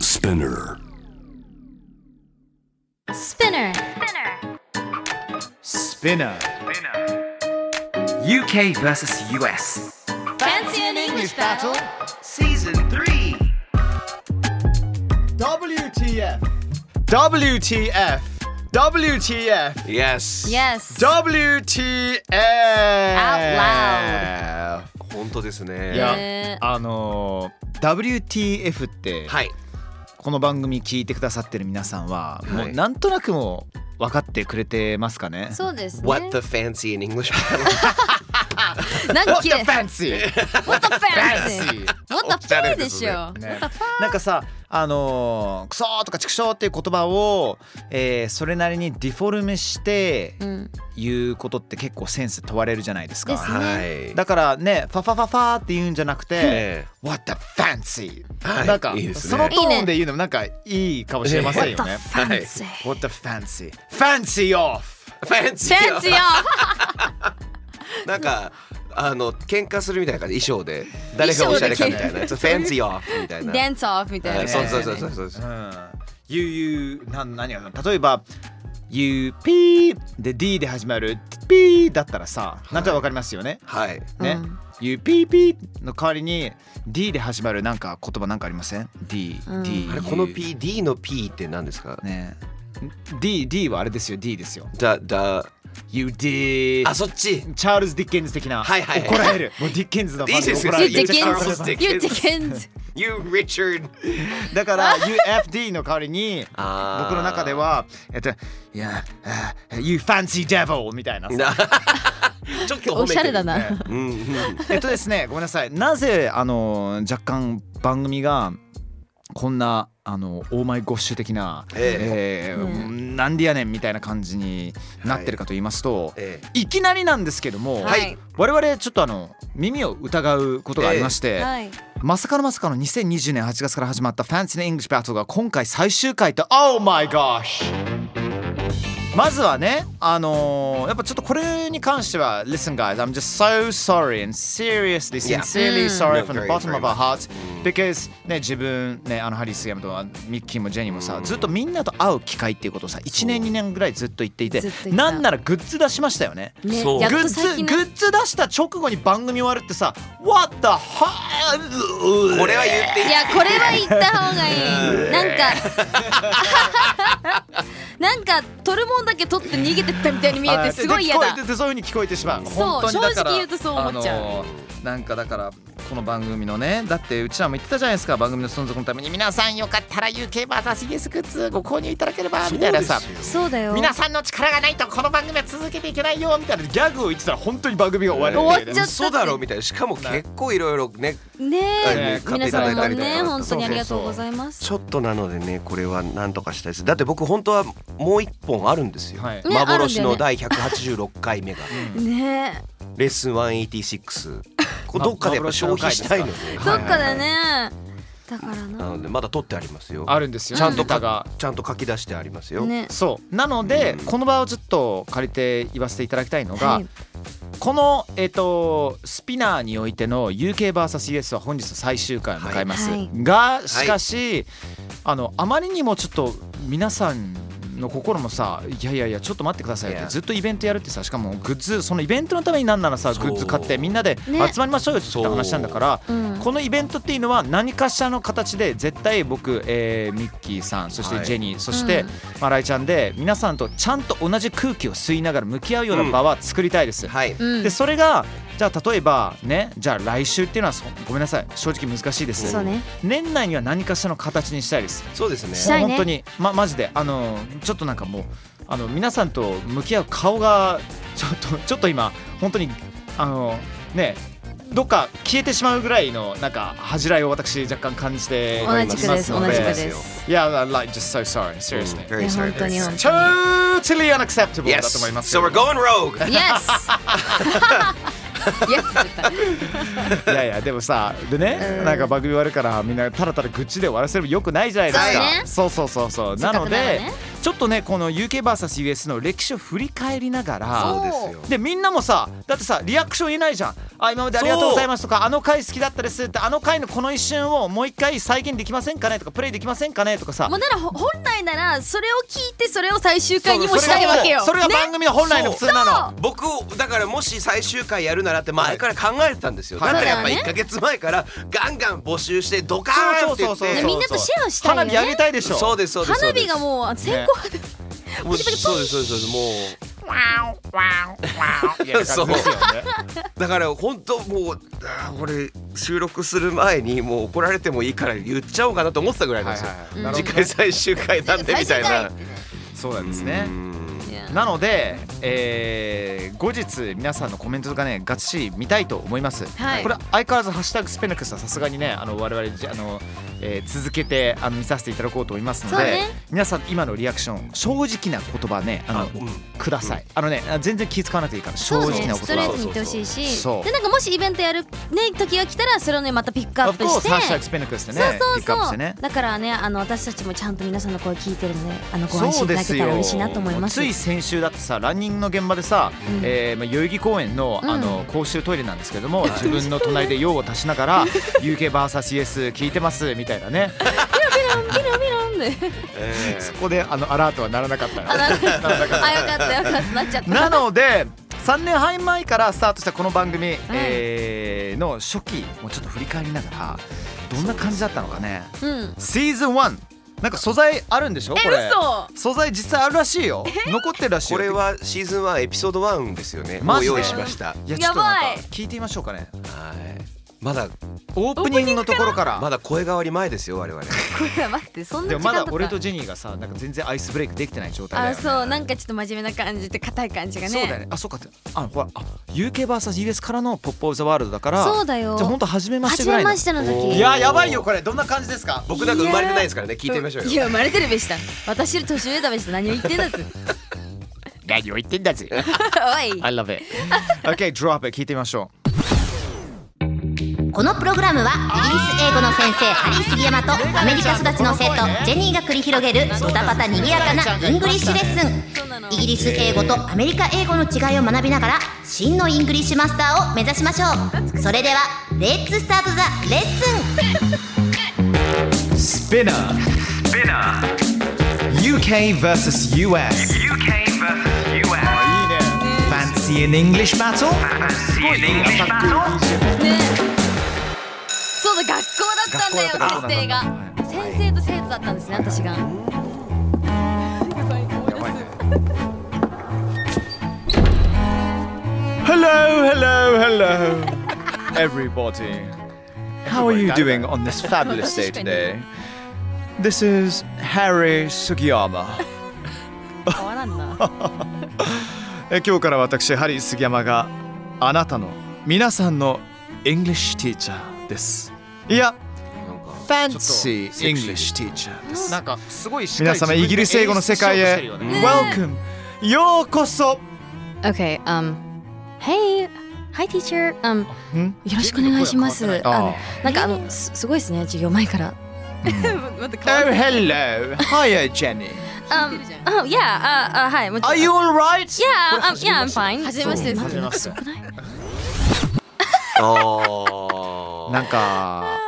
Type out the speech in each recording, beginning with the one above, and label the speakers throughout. Speaker 1: Spinner.
Speaker 2: Spinner.
Speaker 3: Spinner.
Speaker 4: UK versus US
Speaker 2: Fancy an English battle?
Speaker 4: Season 3
Speaker 3: WTF. WTF. WTF.
Speaker 5: Yes.
Speaker 2: Yes.
Speaker 3: WTF.
Speaker 2: Out
Speaker 5: 本当で すね。
Speaker 3: いや、
Speaker 2: ね
Speaker 3: あのー WTF って、
Speaker 5: はい。
Speaker 3: この番組聞いてくださってる皆さんは、
Speaker 5: はい
Speaker 3: もうなんとなくもう分かってくれてますかね
Speaker 2: そうですね。
Speaker 5: What the fancy in English?
Speaker 2: なんか
Speaker 3: What
Speaker 2: 綺
Speaker 3: the
Speaker 2: 麗。
Speaker 3: fancy!
Speaker 2: What the fancy? What
Speaker 5: お
Speaker 2: the
Speaker 5: しゃれ
Speaker 2: fancy
Speaker 5: で
Speaker 2: ですし
Speaker 5: ね
Speaker 2: ょ。
Speaker 3: ねなんかさあのークソーとかチクショーっていう言葉を、えーそれなりにディフォルメして
Speaker 2: うん。
Speaker 3: 言うことって結構センス問われるじゃないですか
Speaker 2: ですね
Speaker 5: はい。
Speaker 3: だからねファファファファーって言うんじゃなくて、
Speaker 5: え
Speaker 3: What the fancy、
Speaker 5: はい
Speaker 3: なんか
Speaker 5: いいですね
Speaker 3: そのトーンで言うのもなんかいいかもしれません
Speaker 2: What
Speaker 3: よ
Speaker 2: the
Speaker 3: ね
Speaker 2: fancy?
Speaker 3: What the fancy fancy off
Speaker 5: fancy よ
Speaker 2: Fancy よ。
Speaker 5: なんかあの喧嘩するみたいな感じ衣装で誰がおしゃれかみたいなやつ fancy よみたいな。
Speaker 2: Dance off みたいな。
Speaker 5: はいそうそうそうそうそう。
Speaker 3: ゆうゆうなん何が例えばゆうピーで D で始まるピーだったらさ、なんとなくわかりますよね。
Speaker 5: はい。
Speaker 3: ね、
Speaker 2: うん
Speaker 3: ゆうピーピーの代わりに D で始まるなんか言葉なんかありません？D、
Speaker 2: うん
Speaker 3: ？D
Speaker 5: あれこの P D の P って何ですか？
Speaker 3: ね。D D はあれですよ D ですよ。
Speaker 5: だだ
Speaker 3: You D
Speaker 5: あそっち。
Speaker 3: チャールズ・ディッケンズ的な、
Speaker 5: はいはいはい
Speaker 3: 怒られるもうディッケンズのファンで怒られ
Speaker 2: You
Speaker 3: る
Speaker 5: Dickens Charles
Speaker 2: dickens. You
Speaker 5: Dickens
Speaker 2: dickens.
Speaker 5: You Richard。
Speaker 3: だから UFD の代わりに
Speaker 5: あー
Speaker 3: 僕の中で はえっと「Yeah, uh, You fancy devil」みたいなさ
Speaker 5: なちょっと褒めてる
Speaker 2: おしゃれだ。な。
Speaker 5: うんうん。
Speaker 3: えっとですねごめんなさいなぜあの若干番組がこんなあのオーマイゴッシュ的な、え
Speaker 5: え
Speaker 3: ーなんでやねんみたいな感じになってるかと言いますと、
Speaker 5: ええ
Speaker 3: い、きなりなんですけども、
Speaker 2: はい
Speaker 3: 我々ちょっとあの耳を疑うことがありまして、
Speaker 2: はい。
Speaker 3: まさかのまさかの2020年8月から始まったファンシーなイングリッシュバトルが今回最終回と Oh my gosh! まずはね、あのーやっぱちょっとこれに関しては Listen guys, I'm just so sorry and seriously,
Speaker 5: Yeah.
Speaker 3: sincerely sorry
Speaker 5: No,
Speaker 3: from the
Speaker 5: very,
Speaker 3: bottom of our
Speaker 5: very
Speaker 3: hearts because ね、自分ね、あのハリー・スギムとはミッキーもジェニーもさ、ずっとみんなと会う機会っていうことをさ、1年2年ぐらいずっと言っていて
Speaker 2: ずっと言ってた
Speaker 3: なんならグッズ出しましたよね。
Speaker 2: ね
Speaker 5: そう
Speaker 2: やっ
Speaker 3: グッ
Speaker 2: と最
Speaker 3: ズ
Speaker 2: 近
Speaker 3: グ
Speaker 2: ね。
Speaker 3: ッズ出した直後に番組終わるってさ What the hell
Speaker 5: これは言っていい
Speaker 2: い。やこれは言った方がいい。なんか なんか取るもんだけ取って逃げてったみたいに見えてすごい嫌
Speaker 3: で聞
Speaker 2: だ
Speaker 3: こえ。ててそういうふうに聞こえてしまう
Speaker 2: そう
Speaker 3: 本当にだから
Speaker 2: 正直言うとそう思っちゃう
Speaker 3: あのーなんかだからこの番組のねだってうちらも言ってたじゃないですか番組の存続のために皆さんよかったら UKVSES グッズご購入いただければみたいなさ
Speaker 2: そうだよ。
Speaker 3: 皆さんの力がないとこの番組は続けていけないよみたいなギャグを言ってたら本当に番組が終わる
Speaker 2: 終わっちゃった
Speaker 5: 嘘だろみたいな。しかも結構いろいろね
Speaker 2: ね
Speaker 5: はい
Speaker 2: え、
Speaker 5: 買っ
Speaker 2: 皆
Speaker 5: ていただ
Speaker 2: 様
Speaker 5: いた
Speaker 2: も
Speaker 5: りとか
Speaker 2: ね本当にありがとう
Speaker 3: そうそうそう
Speaker 2: ございます。
Speaker 5: ちょっとなのでねこれは何とかしたいですだって僕本当はもう一本あるんですよ、
Speaker 3: はいね
Speaker 5: 幻
Speaker 2: ある
Speaker 5: の
Speaker 2: んだ
Speaker 5: 第186回目が、
Speaker 2: ねえ、
Speaker 5: レッスン186 これどっかでやっぱ消費したいので
Speaker 2: どっか
Speaker 5: はい
Speaker 2: でね。だから
Speaker 5: な
Speaker 2: な。
Speaker 5: のでまだ取ってありますよ
Speaker 3: あるんですよ
Speaker 5: ちゃんと
Speaker 3: ネタが
Speaker 5: かちゃんと書き出してありますよ、
Speaker 2: ね。
Speaker 3: そうなので、この場をちょっと借りて言わせていただきたいのが、
Speaker 2: はい
Speaker 3: この、えっとスピナーにおいての UKVSUS は本日の最終回を迎えます、
Speaker 2: はい
Speaker 3: がしかし、あのあまりにもちょっと皆さんの心もさいやいやいやちょっと待ってくださいっ
Speaker 5: い
Speaker 3: て
Speaker 5: や
Speaker 3: ずっとイベントやるってさしかもグッズそのイベントのためになんならさ
Speaker 5: そう
Speaker 3: グッズ買ってみんなで
Speaker 2: ね
Speaker 3: 集まりましょうよって話なんだから、
Speaker 2: うん。
Speaker 3: このイベントっていうのは何かしらの形で絶対僕、えーミッキーさんそしてジェニー、そして、
Speaker 2: うん
Speaker 3: マライちゃんで皆さんとちゃんと同じ空気を吸いながら向き合うような場は作りたいです。
Speaker 5: はい、
Speaker 2: うん
Speaker 3: で。それがじゃあ例えばねじゃあ来週っていうのはそごめんなさい正直難しいです
Speaker 2: そうね。
Speaker 3: 年内には何かしらの形にしたいです
Speaker 5: そうで
Speaker 2: し
Speaker 5: すね
Speaker 2: たいね
Speaker 3: もう本当にまマジであのちょっとなんかもうあの皆さんと向き合う顔がちょっとちょっと今本当にあのねどっか消えてしまうぐらいのなんか恥じらいを私若干感じて
Speaker 2: 同じく
Speaker 3: ま
Speaker 2: です。
Speaker 3: の
Speaker 2: 同
Speaker 3: で
Speaker 2: じくです。
Speaker 3: いや、yeah, like just so sorry seriously、
Speaker 5: very
Speaker 2: いや本当に
Speaker 5: sorry
Speaker 2: 本
Speaker 3: totally unacceptable だ
Speaker 5: Yes
Speaker 3: と思いますけ
Speaker 5: So
Speaker 3: ど
Speaker 5: we're going rogue
Speaker 2: Yes。Yes って言った。
Speaker 3: いやいやでもさでね、
Speaker 2: うん
Speaker 3: なんか番組終わるからみんなただただ愚痴で終わらせるもよくないじゃないです
Speaker 2: そ
Speaker 3: か
Speaker 2: うね
Speaker 3: そうそうそうそう
Speaker 2: せっ
Speaker 3: な
Speaker 2: か
Speaker 3: の
Speaker 2: く
Speaker 3: で
Speaker 2: ならね
Speaker 3: ちょっとねこの UKVSUS の歴史を振り返りながら
Speaker 5: そうですよ
Speaker 3: でみんなもさだってさリアクションいないじゃんあ今までありがとうございますとかあの回好きだったですってあの回のこの一瞬をもう一回再現できませんかねとかプレイできませんかねとかさ
Speaker 2: もうならほ本来ならそれを聞いてそれを最終回にも
Speaker 3: そう
Speaker 2: したいわけよ。
Speaker 3: それが
Speaker 2: ね
Speaker 3: 番組の本来の普通なの、
Speaker 2: そ
Speaker 5: 僕だからもし最終回やるならって前から考えてたんですよ、
Speaker 3: はい
Speaker 5: だからやっ
Speaker 2: そ
Speaker 5: ぱ
Speaker 2: うだよ
Speaker 5: 1
Speaker 2: ね
Speaker 5: か月前からガンガン募集してドカーンって言っ
Speaker 3: そうそうそう
Speaker 5: て
Speaker 2: ね
Speaker 3: そう
Speaker 2: みんなとシェアしたいよ
Speaker 3: 花
Speaker 2: ね。
Speaker 3: 火あげたいでしょ
Speaker 5: そ うですそうですそう
Speaker 2: 花
Speaker 5: で
Speaker 2: 火
Speaker 5: す
Speaker 2: がもう先行で、
Speaker 5: もうそうですそうですそうですも
Speaker 3: いやいや
Speaker 5: そう
Speaker 3: 感じですよね
Speaker 5: うだから本当もうあー俺収録する前にもう怒られてもいいから言っちゃおうかなと思ってたぐらいなんですよ、
Speaker 2: いはい
Speaker 5: 次回最終回なんでみたい
Speaker 2: 最
Speaker 5: な
Speaker 2: 終回ってね
Speaker 3: そうなんですね
Speaker 5: うん
Speaker 2: いや
Speaker 3: なので、えー後日皆さんのコメントとかねガッツリ見たいと思います、
Speaker 2: はい
Speaker 3: これ相変わらず「ハッシュタグスペナクス」はさすがにねあの我々じあの、えー続けてあの見させていただこうと思いますの
Speaker 2: そう
Speaker 3: で、
Speaker 2: ね
Speaker 3: 皆さん今のリアクション正直な言葉ねあの
Speaker 5: あうん
Speaker 3: ください、あのねあ全然気使わなくていいから正
Speaker 2: そう
Speaker 3: 直
Speaker 2: ね
Speaker 3: な
Speaker 2: ストレ
Speaker 3: 言
Speaker 2: ート
Speaker 3: 葉
Speaker 2: に言ってほしいし
Speaker 3: そう
Speaker 2: でなんかもしイベントやる、ね、時が来たらそれをねまたピックアッ
Speaker 3: あ
Speaker 2: プ
Speaker 3: こ
Speaker 2: し
Speaker 3: う
Speaker 2: て
Speaker 3: ハッシュタグスペナクスでね
Speaker 2: そう
Speaker 3: ピックアッ
Speaker 2: そうそ
Speaker 3: プし
Speaker 2: う、
Speaker 3: てね
Speaker 2: だからねあの私たちもちゃんと皆さんの声聞いてるのであのご安心いただけたら嬉しいなと思います
Speaker 3: もうつい先週だってさランニングの現場でさ、
Speaker 2: うん
Speaker 3: えーまあ、代々木公園の,、
Speaker 2: うん
Speaker 3: あの公衆トイレなんですけど も、自分の隣で用を足しながら UKVSUS 聞いてますみたいなね
Speaker 2: ピロンピロンで
Speaker 5: え
Speaker 3: そこであのアラートはならなかった
Speaker 2: あ
Speaker 3: な
Speaker 2: な あよかったよかったなっちゃった
Speaker 3: なので3年半前からスタートしたこの番組、えーの初期もちょっと振り返りながらどんな感じだったのかね
Speaker 2: うん
Speaker 3: シーズン1なんか素材あるんでしょこ
Speaker 2: え
Speaker 3: れ
Speaker 2: 嘘
Speaker 3: 素材実際あるらしいよ残ってるらしい
Speaker 5: こ
Speaker 3: よ
Speaker 5: れはシーズン1エピソード1ですよねも
Speaker 3: マ
Speaker 5: う
Speaker 3: ジで
Speaker 5: 用意しました
Speaker 3: いやちょっとなん
Speaker 2: やばい
Speaker 3: か聞いてみましょうかね
Speaker 5: はいまだ
Speaker 3: オープニングのところから
Speaker 5: まだ声変わり前ですよ我々
Speaker 2: これ待ってそんな
Speaker 3: で
Speaker 2: 時
Speaker 3: もま
Speaker 2: 間
Speaker 3: だ
Speaker 2: とか
Speaker 3: 俺とジェニーがさなんか全然アイスブレイクできてない状態だ
Speaker 2: あ
Speaker 3: よね
Speaker 2: そうなんかちょっと真面目な感じで硬い感じがね
Speaker 3: そうだよねあそうかってあほらあ UKVSUS からの「ポップ・オブ・ザ・ワールド」だから
Speaker 2: そうだよ
Speaker 3: じゃあほんと初めまして
Speaker 2: 初
Speaker 3: ぐら
Speaker 2: め
Speaker 3: いの
Speaker 2: ましての時
Speaker 3: いややばいよこれどんな感じですか
Speaker 5: 僕なんか生まれてないですからね聞いてみましょうよ
Speaker 2: いや生まれてるべした私より年上だべした何を言ってんだっつ
Speaker 3: 何を言ってんだぜ
Speaker 2: おい
Speaker 3: I love it OK drop it 聞いてみましょう
Speaker 1: このプログラムはイギリス英語の先生ハリー杉山とアメリカ育ちの生徒ジェニーが繰り広げるドタバタにぎやかなイングリッシュレッスン
Speaker 2: そうなの
Speaker 1: イギリス英語とアメリカ英語の違いを学びながら真のイングリッシュマスターを目指しましょうそれではレッツスタートザレッスン
Speaker 3: スピナー UKVSUS
Speaker 4: UK versus US.
Speaker 3: いいね Fancy an English battle?
Speaker 4: Fancy an English battle?
Speaker 2: ねそうだ学校だったんだよ
Speaker 3: 学校だった
Speaker 2: 先生が先生と生徒だったんですね私がやばい思い出す
Speaker 3: Hello, hello, hello, everybody. How are you doing on this fabulous day today? This is Harry Sugiyama.
Speaker 2: 変わらんな
Speaker 3: え今日から私、ハリー杉山があなたの皆さんの English teacher です。いや、Fancy English teacher です。
Speaker 5: なん
Speaker 3: かすごい皆様、イギリス英語の世界
Speaker 5: 演出しようとし
Speaker 3: へ
Speaker 5: てるよ
Speaker 3: Welcome! ようこそ
Speaker 2: Okay um Hey Hi teacher um
Speaker 3: ん
Speaker 2: よろしくお願いします
Speaker 3: 変わってないあ
Speaker 2: のなんかあのすすごいですね授業前から 待って
Speaker 3: Oh, hello! Hiya, Jenny!
Speaker 2: Um, oh, yeah, あ、あ、はい、もちろん
Speaker 3: Are you alright?
Speaker 2: Yeah, um, yeah, I'm fine. 初めまして
Speaker 3: そう
Speaker 2: 待って
Speaker 3: 初め
Speaker 2: なん
Speaker 3: まして
Speaker 2: かすごくない
Speaker 5: あ
Speaker 3: なんか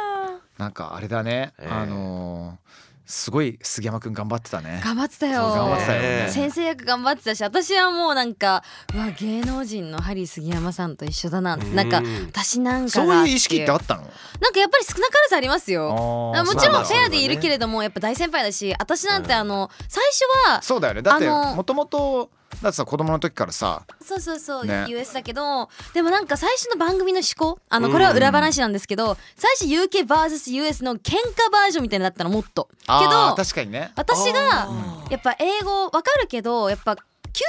Speaker 3: なんかあれだね、
Speaker 5: ええ
Speaker 3: あのーすごい杉山くん頑張ってた ね
Speaker 2: 頑張ってたよ。
Speaker 3: そう頑張ってたよね
Speaker 5: ええ
Speaker 2: 先生役頑張ってたし、私はもうなんか、うわ、芸能人のハリー杉山さんと一緒だな。なんか
Speaker 5: うん、
Speaker 2: 私なんか
Speaker 3: そ
Speaker 2: が
Speaker 3: ういう意識ってあ
Speaker 2: なん
Speaker 3: ったの
Speaker 2: かやっぱり少なからずありますよ。
Speaker 3: あー
Speaker 2: あもちろ
Speaker 5: まあま
Speaker 2: ん
Speaker 5: あ
Speaker 2: フェアでいるけれども、やっぱ大先輩だし、私なんてあの、最初は、
Speaker 3: そうだよねだって
Speaker 2: あのー
Speaker 3: もともとだってさ子供の時からさ
Speaker 2: そうそうそう、
Speaker 3: ね
Speaker 2: US だけどでもなんか最初の番組の思考あのこれは裏話なんですけど、最初 UKVSUS の喧嘩バージョンみたいなのだったのもっとけ
Speaker 3: あー
Speaker 2: ど
Speaker 3: 確かにね
Speaker 2: 私がやっぱ英語わかるけどやっぱ9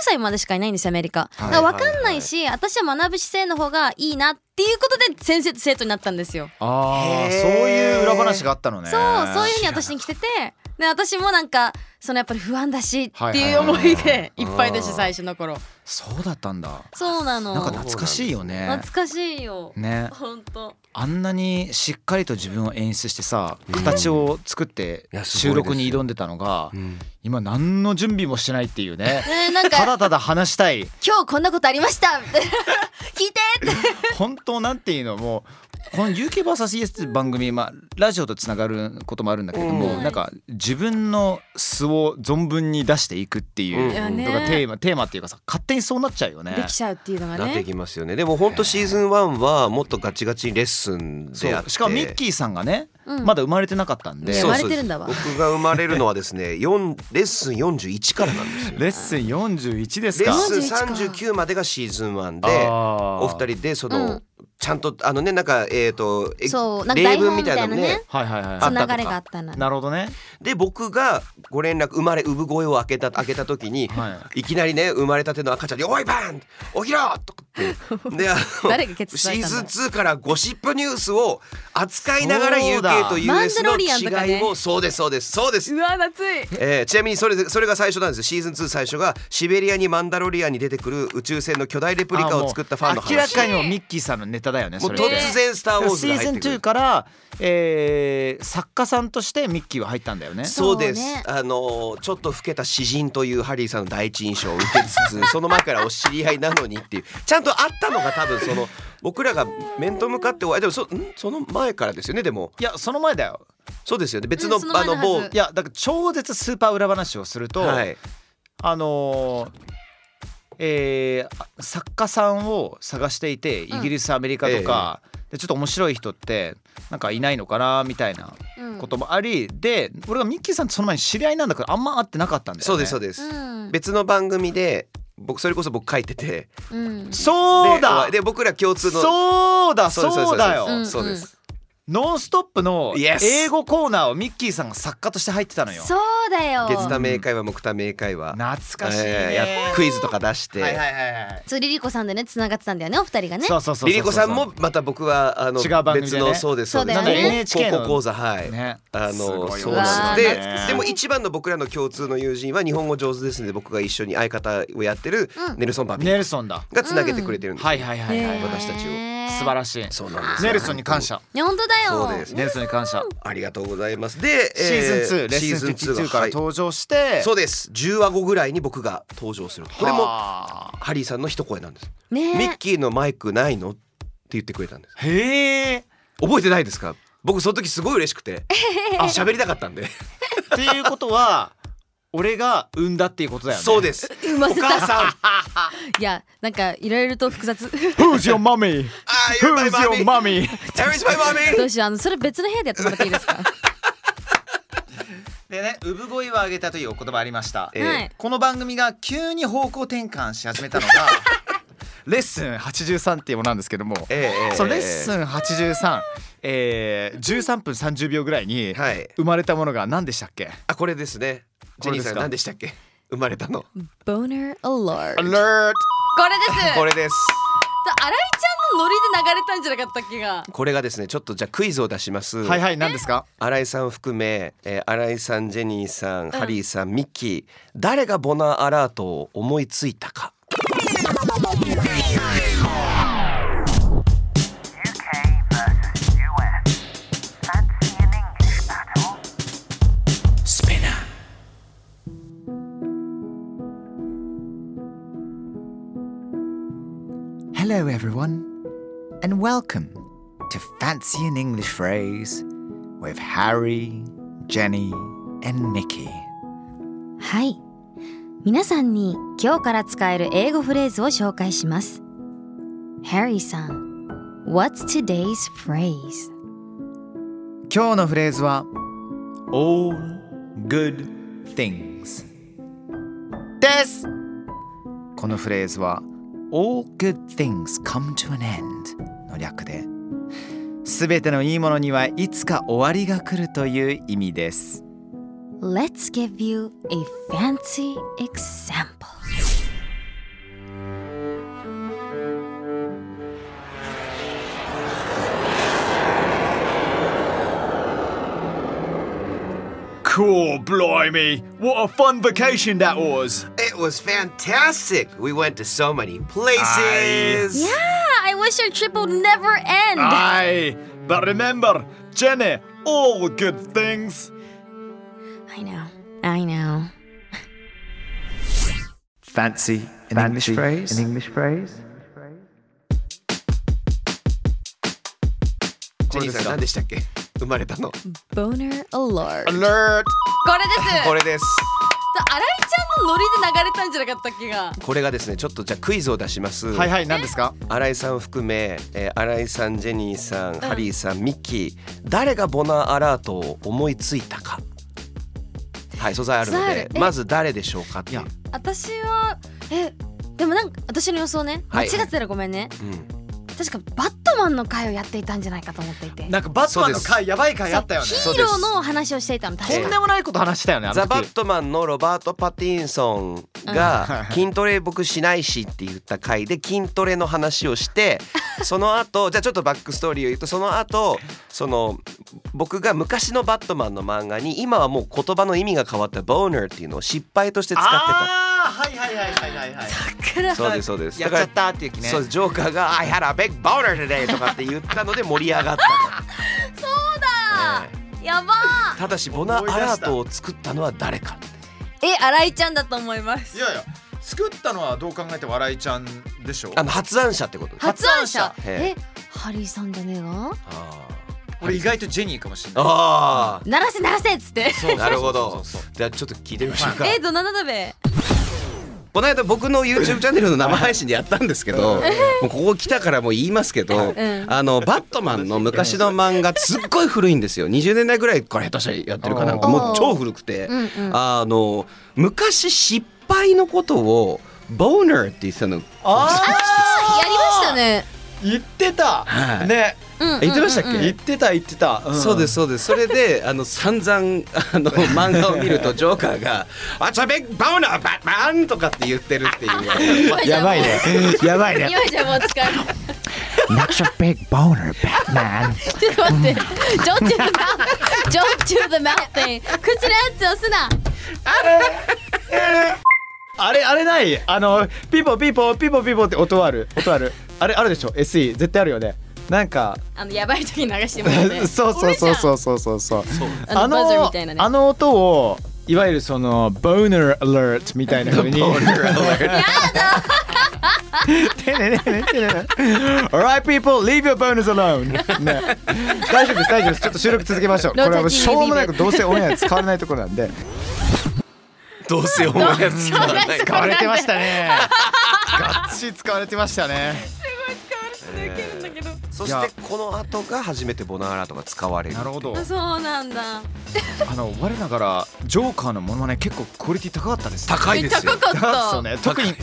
Speaker 2: 歳までしかいないんですよアメリカだ
Speaker 3: はい
Speaker 2: からわかんないし、私は学ぶ姿勢の方がいいなっていうことで先生と生徒になったんですよ、
Speaker 3: あー
Speaker 5: へー
Speaker 3: そういう裏話があったのね
Speaker 2: そうそういうふうに私に来ててで私もなんかそのやっぱり不安だし
Speaker 3: はい
Speaker 2: っていう思い
Speaker 3: はいはい
Speaker 2: でいっぱいだし最初の頃
Speaker 3: そうだったんだ
Speaker 2: そうなの
Speaker 3: なんか懐かしいよね
Speaker 2: 懐かしいよ
Speaker 3: ね
Speaker 2: 本当
Speaker 3: あんなにしっかりと自分を演出してさ形を作って
Speaker 5: いやすご
Speaker 3: 収
Speaker 5: いですよ
Speaker 3: 録に挑んでたのが
Speaker 5: ん
Speaker 3: 今何の準備もしてないっていうね
Speaker 2: ねなん
Speaker 3: た
Speaker 2: か
Speaker 3: だただ話したい
Speaker 2: 今日こんなことありました みたいな聞いてって
Speaker 3: 本当なんていうのもうこの UKVSES って番組、まあ、ラジオとつながることもあるんだけれども、
Speaker 5: うん
Speaker 3: なんか自分の素を存分に出していくっていう
Speaker 5: い
Speaker 2: や
Speaker 3: の
Speaker 2: ね
Speaker 3: がテーマテーマっていうかさ勝手にそうなっちゃうよね
Speaker 2: で。きちゃうっていうのが
Speaker 5: なって
Speaker 2: ね
Speaker 5: きますよねでも本当シーズン1はもっとガチガチにレッスン
Speaker 3: そ
Speaker 5: でやっ
Speaker 3: う
Speaker 5: て
Speaker 3: しかもミッキーさんがね、
Speaker 2: うん
Speaker 3: まだ生まれてなかったんで
Speaker 2: ね
Speaker 5: そう
Speaker 2: 生まれてるんだわ
Speaker 5: そうです僕が生まれるのはですね 四レッスン41からなんですよ
Speaker 3: レッスン41です
Speaker 5: レ
Speaker 3: か
Speaker 5: ッスン
Speaker 2: 41
Speaker 5: 39までがシーズン1で
Speaker 3: あー
Speaker 5: お二人でその、
Speaker 2: うん
Speaker 5: ちゃんとあのねなんかえっ、とえ
Speaker 2: そうなんか台本みたいなのね
Speaker 3: はいはいはい
Speaker 5: あ
Speaker 2: そ
Speaker 5: っ
Speaker 2: の流
Speaker 5: たとか
Speaker 2: れがあったな
Speaker 3: なるほどね
Speaker 5: で僕がご連絡生まれ産声を開けた開けた時に、、
Speaker 3: はい
Speaker 5: きなりね生まれたての赤ちゃんに「おいバン起きろ!」とか ってであの
Speaker 2: 誰がケツ
Speaker 5: シ
Speaker 2: 叩い
Speaker 5: ー
Speaker 2: たん
Speaker 5: ズ
Speaker 2: だ
Speaker 5: ン2からゴシップニュースを扱いながら
Speaker 3: そうだ
Speaker 5: UK と
Speaker 2: マンダ
Speaker 5: US
Speaker 2: ロリアンとか
Speaker 5: の
Speaker 2: ね
Speaker 5: 違いをそうですそうですそうです
Speaker 2: うわ懐い
Speaker 5: えーちなみにそれでそれが最初なんですよシーズン2最初がシベリアにマンダロリアンに出てくる宇宙船の巨大レプリカを作ったファンの
Speaker 3: あもう
Speaker 5: 話
Speaker 3: 明らかにもミッキーさんのネタだよね
Speaker 5: もう
Speaker 3: それって
Speaker 5: 突然「スター・ウォーズ」
Speaker 3: シ
Speaker 5: が
Speaker 3: ー
Speaker 5: 入
Speaker 3: ズ
Speaker 5: っ
Speaker 3: ン
Speaker 5: てく
Speaker 3: 2
Speaker 5: る。
Speaker 3: から、えー、作家さんとしてミッキーは入ったんだよね
Speaker 5: そうです、
Speaker 2: そうね
Speaker 5: あのーちょっと老けた詩人というハリーさんの第一印象を受けつ つその前からお知り合いなのにっていうちゃんとあったのが多分その僕らが面と向かってお会いでもそんその前からですよねでも
Speaker 3: いやその前だよ
Speaker 5: そうですよね別の,、
Speaker 2: うんその前
Speaker 5: あ
Speaker 2: の
Speaker 5: の
Speaker 2: はず
Speaker 5: 某
Speaker 3: いやだから超絶スーパー裏話をすると、
Speaker 5: はい
Speaker 3: あのーえー作家さんを探していてイギリス、アメリカとか、でちょっと面白い人ってなんかいないのかなみたいな
Speaker 2: うん
Speaker 3: こともあり、で俺がミッキーさんとその前に知り合いなんだからあんま会ってなかったんだよね
Speaker 5: そうですそうです、
Speaker 2: うん
Speaker 5: 別の番組で僕それこそ僕書いてて
Speaker 2: うん
Speaker 3: そうだ
Speaker 5: でで僕ら共通の
Speaker 3: そうだ
Speaker 5: です
Speaker 3: そうだよ、
Speaker 5: そ
Speaker 2: うん
Speaker 5: うですそうです
Speaker 3: ノンストップの
Speaker 5: Yes
Speaker 3: 英語コーナーをミッキーさんが作家として入ってたのよ
Speaker 2: そうだよ
Speaker 5: 月多名会話木多名会話
Speaker 3: 懐かしいね、
Speaker 5: えーやクイズとか出して、
Speaker 3: はいはいはいはい
Speaker 2: そうリリコさんでね繋がってたんだよねお二人がね
Speaker 3: そうそうそうそうそう
Speaker 5: リリコさんもまた僕はあの
Speaker 3: 違う番組でね
Speaker 5: 別のそうですそうです
Speaker 2: そうだよね
Speaker 5: 高校
Speaker 3: NHK の
Speaker 5: 高校講座はい、
Speaker 3: ね
Speaker 5: あ
Speaker 3: すごい
Speaker 5: の
Speaker 3: よね
Speaker 5: そう
Speaker 2: う
Speaker 5: なんです
Speaker 2: わー
Speaker 5: で
Speaker 2: 懐かしい
Speaker 5: でも一番の僕らの共通の友人は日本語上手ですので僕が一緒に相方をやってる
Speaker 2: うん
Speaker 5: ネルソン・バビー
Speaker 3: ネルソンだ
Speaker 5: がつなげてくれてるんです、
Speaker 3: はいはいはいはい、
Speaker 2: ね
Speaker 5: 私たちを
Speaker 3: 素晴らしい
Speaker 5: そうなんです
Speaker 3: ネルソンに感謝
Speaker 2: いや本当だよ
Speaker 5: そうです
Speaker 3: ネルソンに感謝、
Speaker 5: ありがとうございますで、えー
Speaker 3: シーズン2レッスン
Speaker 5: シーズン
Speaker 3: 52
Speaker 5: 2
Speaker 3: から
Speaker 5: はい
Speaker 3: 登場して、
Speaker 5: そうです10話後ぐらいに僕が登場するとこれも
Speaker 3: はあ
Speaker 5: ハリーさんの一声なんですミッ
Speaker 2: ね
Speaker 5: キーのマイクないのって言ってくれたんです
Speaker 3: へえ
Speaker 5: 覚えてないですか僕その時すごい嬉しくてあ喋りたかったん で
Speaker 3: っていうことは俺が産んだっていうことだよね
Speaker 5: そうですす
Speaker 2: うませた
Speaker 5: お母さん
Speaker 2: いやなんかいろいろと複雑
Speaker 3: Who's your mommy?
Speaker 5: あー
Speaker 3: Who's your mommy?
Speaker 5: mommy There is my mommy
Speaker 2: どうしようあのそれ別の部屋でやってもらっていい ですか
Speaker 3: でね産声を上げたというお言葉ありました、
Speaker 5: えー
Speaker 2: はい
Speaker 3: この番組が急に方向転換し始めたのが レッスン83っていうものなんですけども、
Speaker 5: えーえー
Speaker 3: そのレッスン83、えー、13分30秒ぐらいに
Speaker 5: はい
Speaker 3: 生まれたものが何でしたっけ、
Speaker 5: あこれですねジェニーさん
Speaker 3: これ
Speaker 5: 何
Speaker 3: で
Speaker 5: でしたっけ生まれたの
Speaker 2: Boner alert これです
Speaker 3: Alert
Speaker 5: これです
Speaker 2: 新井ちゃんのノリで流れたんじゃなかったっけが
Speaker 5: これがですねちょっとじゃあクイズを出します
Speaker 3: はいはい何ですか
Speaker 5: 新井さん含め、えー、新井さんジェニーさん、ハリーさんミッキー誰がボナーアラートを思いついたか
Speaker 4: UK versus US. Fancy an English battle?
Speaker 5: スペナー
Speaker 3: Hello everyone and welcome to Fancy an English Phrase with Harry, Jenny and Mickey
Speaker 2: はい皆さんに今日から使える英語フレーズを紹介します Harry さん What's today's phrase?
Speaker 3: 今日のフレーズは All good things ですこのフレーズは All good things come to an end の略で全てのいいものにはいつか終わりが来るという意味です
Speaker 2: Let's give you a fancy example
Speaker 3: ク Cool, blimey. What a fun vacation that was.
Speaker 5: It was fantastic. We went to so many places.
Speaker 2: Yeah, I wish our trip will never end.
Speaker 3: Aye, but remember, Jenny, all good things.
Speaker 2: I know. I know.
Speaker 3: Fancy an English phrase?
Speaker 6: English phrase?
Speaker 5: ジェニーさん何でしたっけ生まれたの
Speaker 2: Boner alert.
Speaker 3: アラート
Speaker 2: これです。
Speaker 5: これです
Speaker 2: 新井ちゃんのノリで流れたんじゃなかったっけが。
Speaker 5: これがですねちょっとじゃあクイズを出します
Speaker 3: はいはい、何ですか
Speaker 5: 新井さんを含め、えー、新井さんジェニーさん、ハリーさんミッキー誰がボナーアラートを思いついたかはい素材あるの
Speaker 2: 素材ある
Speaker 5: で
Speaker 2: え
Speaker 5: まず誰でしょうかっていう
Speaker 3: いや
Speaker 2: 私はえでもなんか私の予想ね間
Speaker 5: はい
Speaker 2: 違ってたらごめんね、
Speaker 5: うん
Speaker 2: 確かバットマンの回をやっていたんじゃないかと思っていて
Speaker 3: なんかバットマンの
Speaker 5: そうで
Speaker 3: 回やばい回あったよね。
Speaker 2: ヒーローのお話をしていたの確
Speaker 3: と
Speaker 2: か
Speaker 5: え
Speaker 3: んでもないこと話したよね。あの
Speaker 5: ザ・
Speaker 3: 時
Speaker 5: バットマンのロバート・パティンソンが筋トレ僕しないしって言った回で筋トレの話 をしてその後じゃあちょっとバックストーリーを言うとその後その僕が昔のバットマンの漫画に今はもう言葉の意味が変わった「ボーナー」っていうのを失敗として使って
Speaker 3: ああ、はいはいはいはいはいはい。
Speaker 5: たそうですそうです
Speaker 3: や
Speaker 5: だ
Speaker 3: っ
Speaker 5: か
Speaker 3: ちゃ
Speaker 5: ら
Speaker 3: ったっていう気ね。
Speaker 5: そうですジョーカ ーが「I had a big boner today」とかって言ったので盛り上がった とえ
Speaker 2: にやば
Speaker 5: えただしボナーアラートを作ったのは誰か
Speaker 2: ーえ新井ちゃんだと思います
Speaker 3: いやいや、作ったのはどう考えても笑いちゃんでしょ。
Speaker 5: あの発案者ってことです
Speaker 2: 発案者
Speaker 5: 発案者
Speaker 2: えハリーさんじゃねえが
Speaker 5: あー
Speaker 3: 俺意外とジェニーかもしれない。
Speaker 5: あ
Speaker 2: 鳴らせ鳴らせっつって
Speaker 5: あ、なるほ
Speaker 3: そう
Speaker 5: ど
Speaker 3: そうそう。
Speaker 5: じゃあちょっと聞いてみましょうか。
Speaker 2: えどなただべ
Speaker 6: この間僕の YouTube チャンネルの生配信でやったんですけど、もうここ来たからもう言いますけど、
Speaker 2: ん
Speaker 6: あのバットマンの昔の漫画すっごい古いんですよ。20年代ぐらいから下手したらやってるかな。
Speaker 3: おー
Speaker 6: もう超古くて、
Speaker 2: うんうん
Speaker 6: あの昔失敗のことをボーナーって言ってたの。
Speaker 3: あ
Speaker 2: やりました
Speaker 3: ね。
Speaker 2: ね
Speaker 3: 言ってた
Speaker 6: はい。
Speaker 3: ね。
Speaker 2: うんうんうん
Speaker 6: 言ってましたっけ
Speaker 3: 言ってた言ってた。ん
Speaker 6: そうです。そうですそれであの散々あの漫画を見るとジョーカーが「What's a big boner, Batman!」とかって言ってるっていう
Speaker 2: 今じゃもう
Speaker 3: ね。やばいね。
Speaker 2: 今じゃもう使える
Speaker 3: That's a big boner, Batman.
Speaker 2: ちょっと待って Don't do the mouth Don't do the mouth thing 口のやつ押すな
Speaker 3: あれあれないあのピポピポピポピポって音ある音あるあれあるでしょ SE 絶対あるよねなんか
Speaker 2: あのやばい時に流してもらうね
Speaker 3: そうそうそう
Speaker 2: う
Speaker 3: そうそうそうそう
Speaker 2: あのバズーみたいなね
Speaker 3: あの音をいわゆるそのボーナーアラートみたいな 風にや だねねねねねね Alright people leave your boners alone ね大丈夫です大丈夫ですちょっと収録続けましょうこれはもうしょうもないことどうせオンエア使われないところなんで
Speaker 5: どうせ思うやつが
Speaker 2: どうせ思うやつ
Speaker 5: ない
Speaker 2: が
Speaker 3: 使わ れてましたねがっちり使われてましたね
Speaker 5: そしてこの後が初めてボナーアラートが使われる。
Speaker 3: ほど
Speaker 2: そうなんだ
Speaker 3: あの我ながらジョーカーのモノマネ結構クオリティ高かったですね。
Speaker 5: 高いですよ
Speaker 2: 高。かっ
Speaker 3: です
Speaker 2: た
Speaker 3: よね。特にっ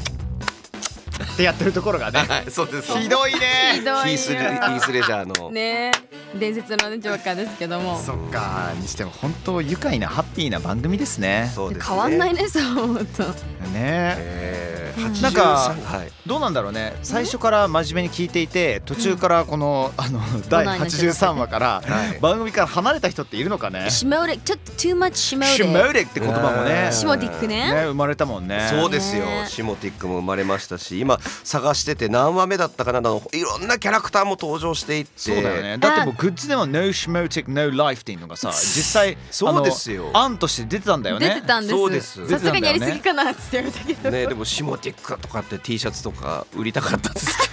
Speaker 3: てやってるところがね。
Speaker 5: はい、そうです。
Speaker 3: ひどいね。
Speaker 2: ひどいよ
Speaker 5: ヒースレヒースレジャーの。
Speaker 2: ねえ伝説のねジョーカーですけども
Speaker 3: そっかにしても本当愉快なハッピーな番組ですね。
Speaker 5: そうですね。。
Speaker 2: 変わんないいねそう思うと
Speaker 3: ね。
Speaker 5: ええ
Speaker 2: うん
Speaker 5: 83
Speaker 3: なんか
Speaker 5: はい。
Speaker 3: どうなんだろうね。最初から真面目に聞いていて途中からこのあの第83話から
Speaker 5: はい
Speaker 3: 番組から離れた人っているのかね。
Speaker 2: シモレちょっと too much シモレ
Speaker 3: シュモレって言葉もね。
Speaker 2: シモディックね
Speaker 3: ね生まれたもんね。
Speaker 5: そうですよ
Speaker 2: ね。
Speaker 5: シモティックも生まれましたし、今探してて何話目だったかななどいろんなキャラクターも登場していって。
Speaker 3: そうだよね。だってもうグッズでも No Schmotic No Life っていうのがさ、実際
Speaker 5: そうですよ
Speaker 3: あの案として出てたんだよね。
Speaker 2: 出てたんです
Speaker 5: そうです
Speaker 2: さすがにやりすぎかなって言われたけど、
Speaker 5: ねでもシモティックとかって T シャツとか売りたかったんです け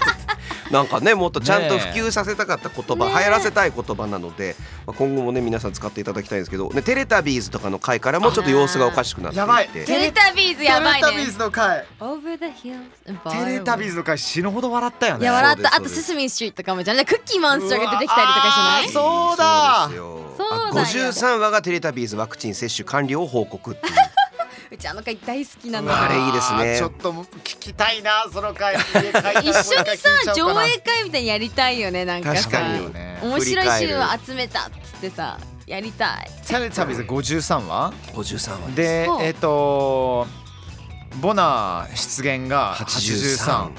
Speaker 5: どなんかねもっとちゃんと普及させたかった言葉、
Speaker 2: ねえ
Speaker 5: 流行らせたい言葉なので、まあ、今後もね皆さん使っていただきたいんですけど、ね、テレタビーズとかの回からもちょっと様子がおかしくなってい
Speaker 3: やばい
Speaker 5: て
Speaker 2: テレタビーズやばい
Speaker 3: テレタビー
Speaker 2: ね
Speaker 3: ズの回。
Speaker 2: Over the hills and far
Speaker 3: テレタビーズの回死ぬほど笑ったよ
Speaker 2: い
Speaker 3: ね。
Speaker 2: や笑っ
Speaker 5: そうです
Speaker 2: たあと
Speaker 5: そうで
Speaker 2: セ
Speaker 5: す
Speaker 2: スミンストリートとかもじゃんクッキーモンスターが出てきたりとか
Speaker 3: うわ
Speaker 2: じ
Speaker 3: ーそうだ
Speaker 5: そうですよ
Speaker 2: そうだよ
Speaker 5: あ53話がテレタビーズワクチン接種完了を報告っていう
Speaker 2: ゃないうちあの回大好きな
Speaker 3: う
Speaker 2: の
Speaker 3: わー
Speaker 5: あれいいですね
Speaker 3: ちょっともう聞きたいなその回。家帰ったら
Speaker 2: 一緒にさ上
Speaker 3: もう一回聞いちゃおうかな
Speaker 2: 映会みたいにやりたいよねなんかさ
Speaker 5: 確かに
Speaker 3: ね
Speaker 2: 面白いシーンを集めたっつってさやりたい
Speaker 3: テレタビーズ53話
Speaker 5: 53話で
Speaker 3: で
Speaker 2: そう
Speaker 3: えっとボナー出現が
Speaker 5: 83
Speaker 3: 83。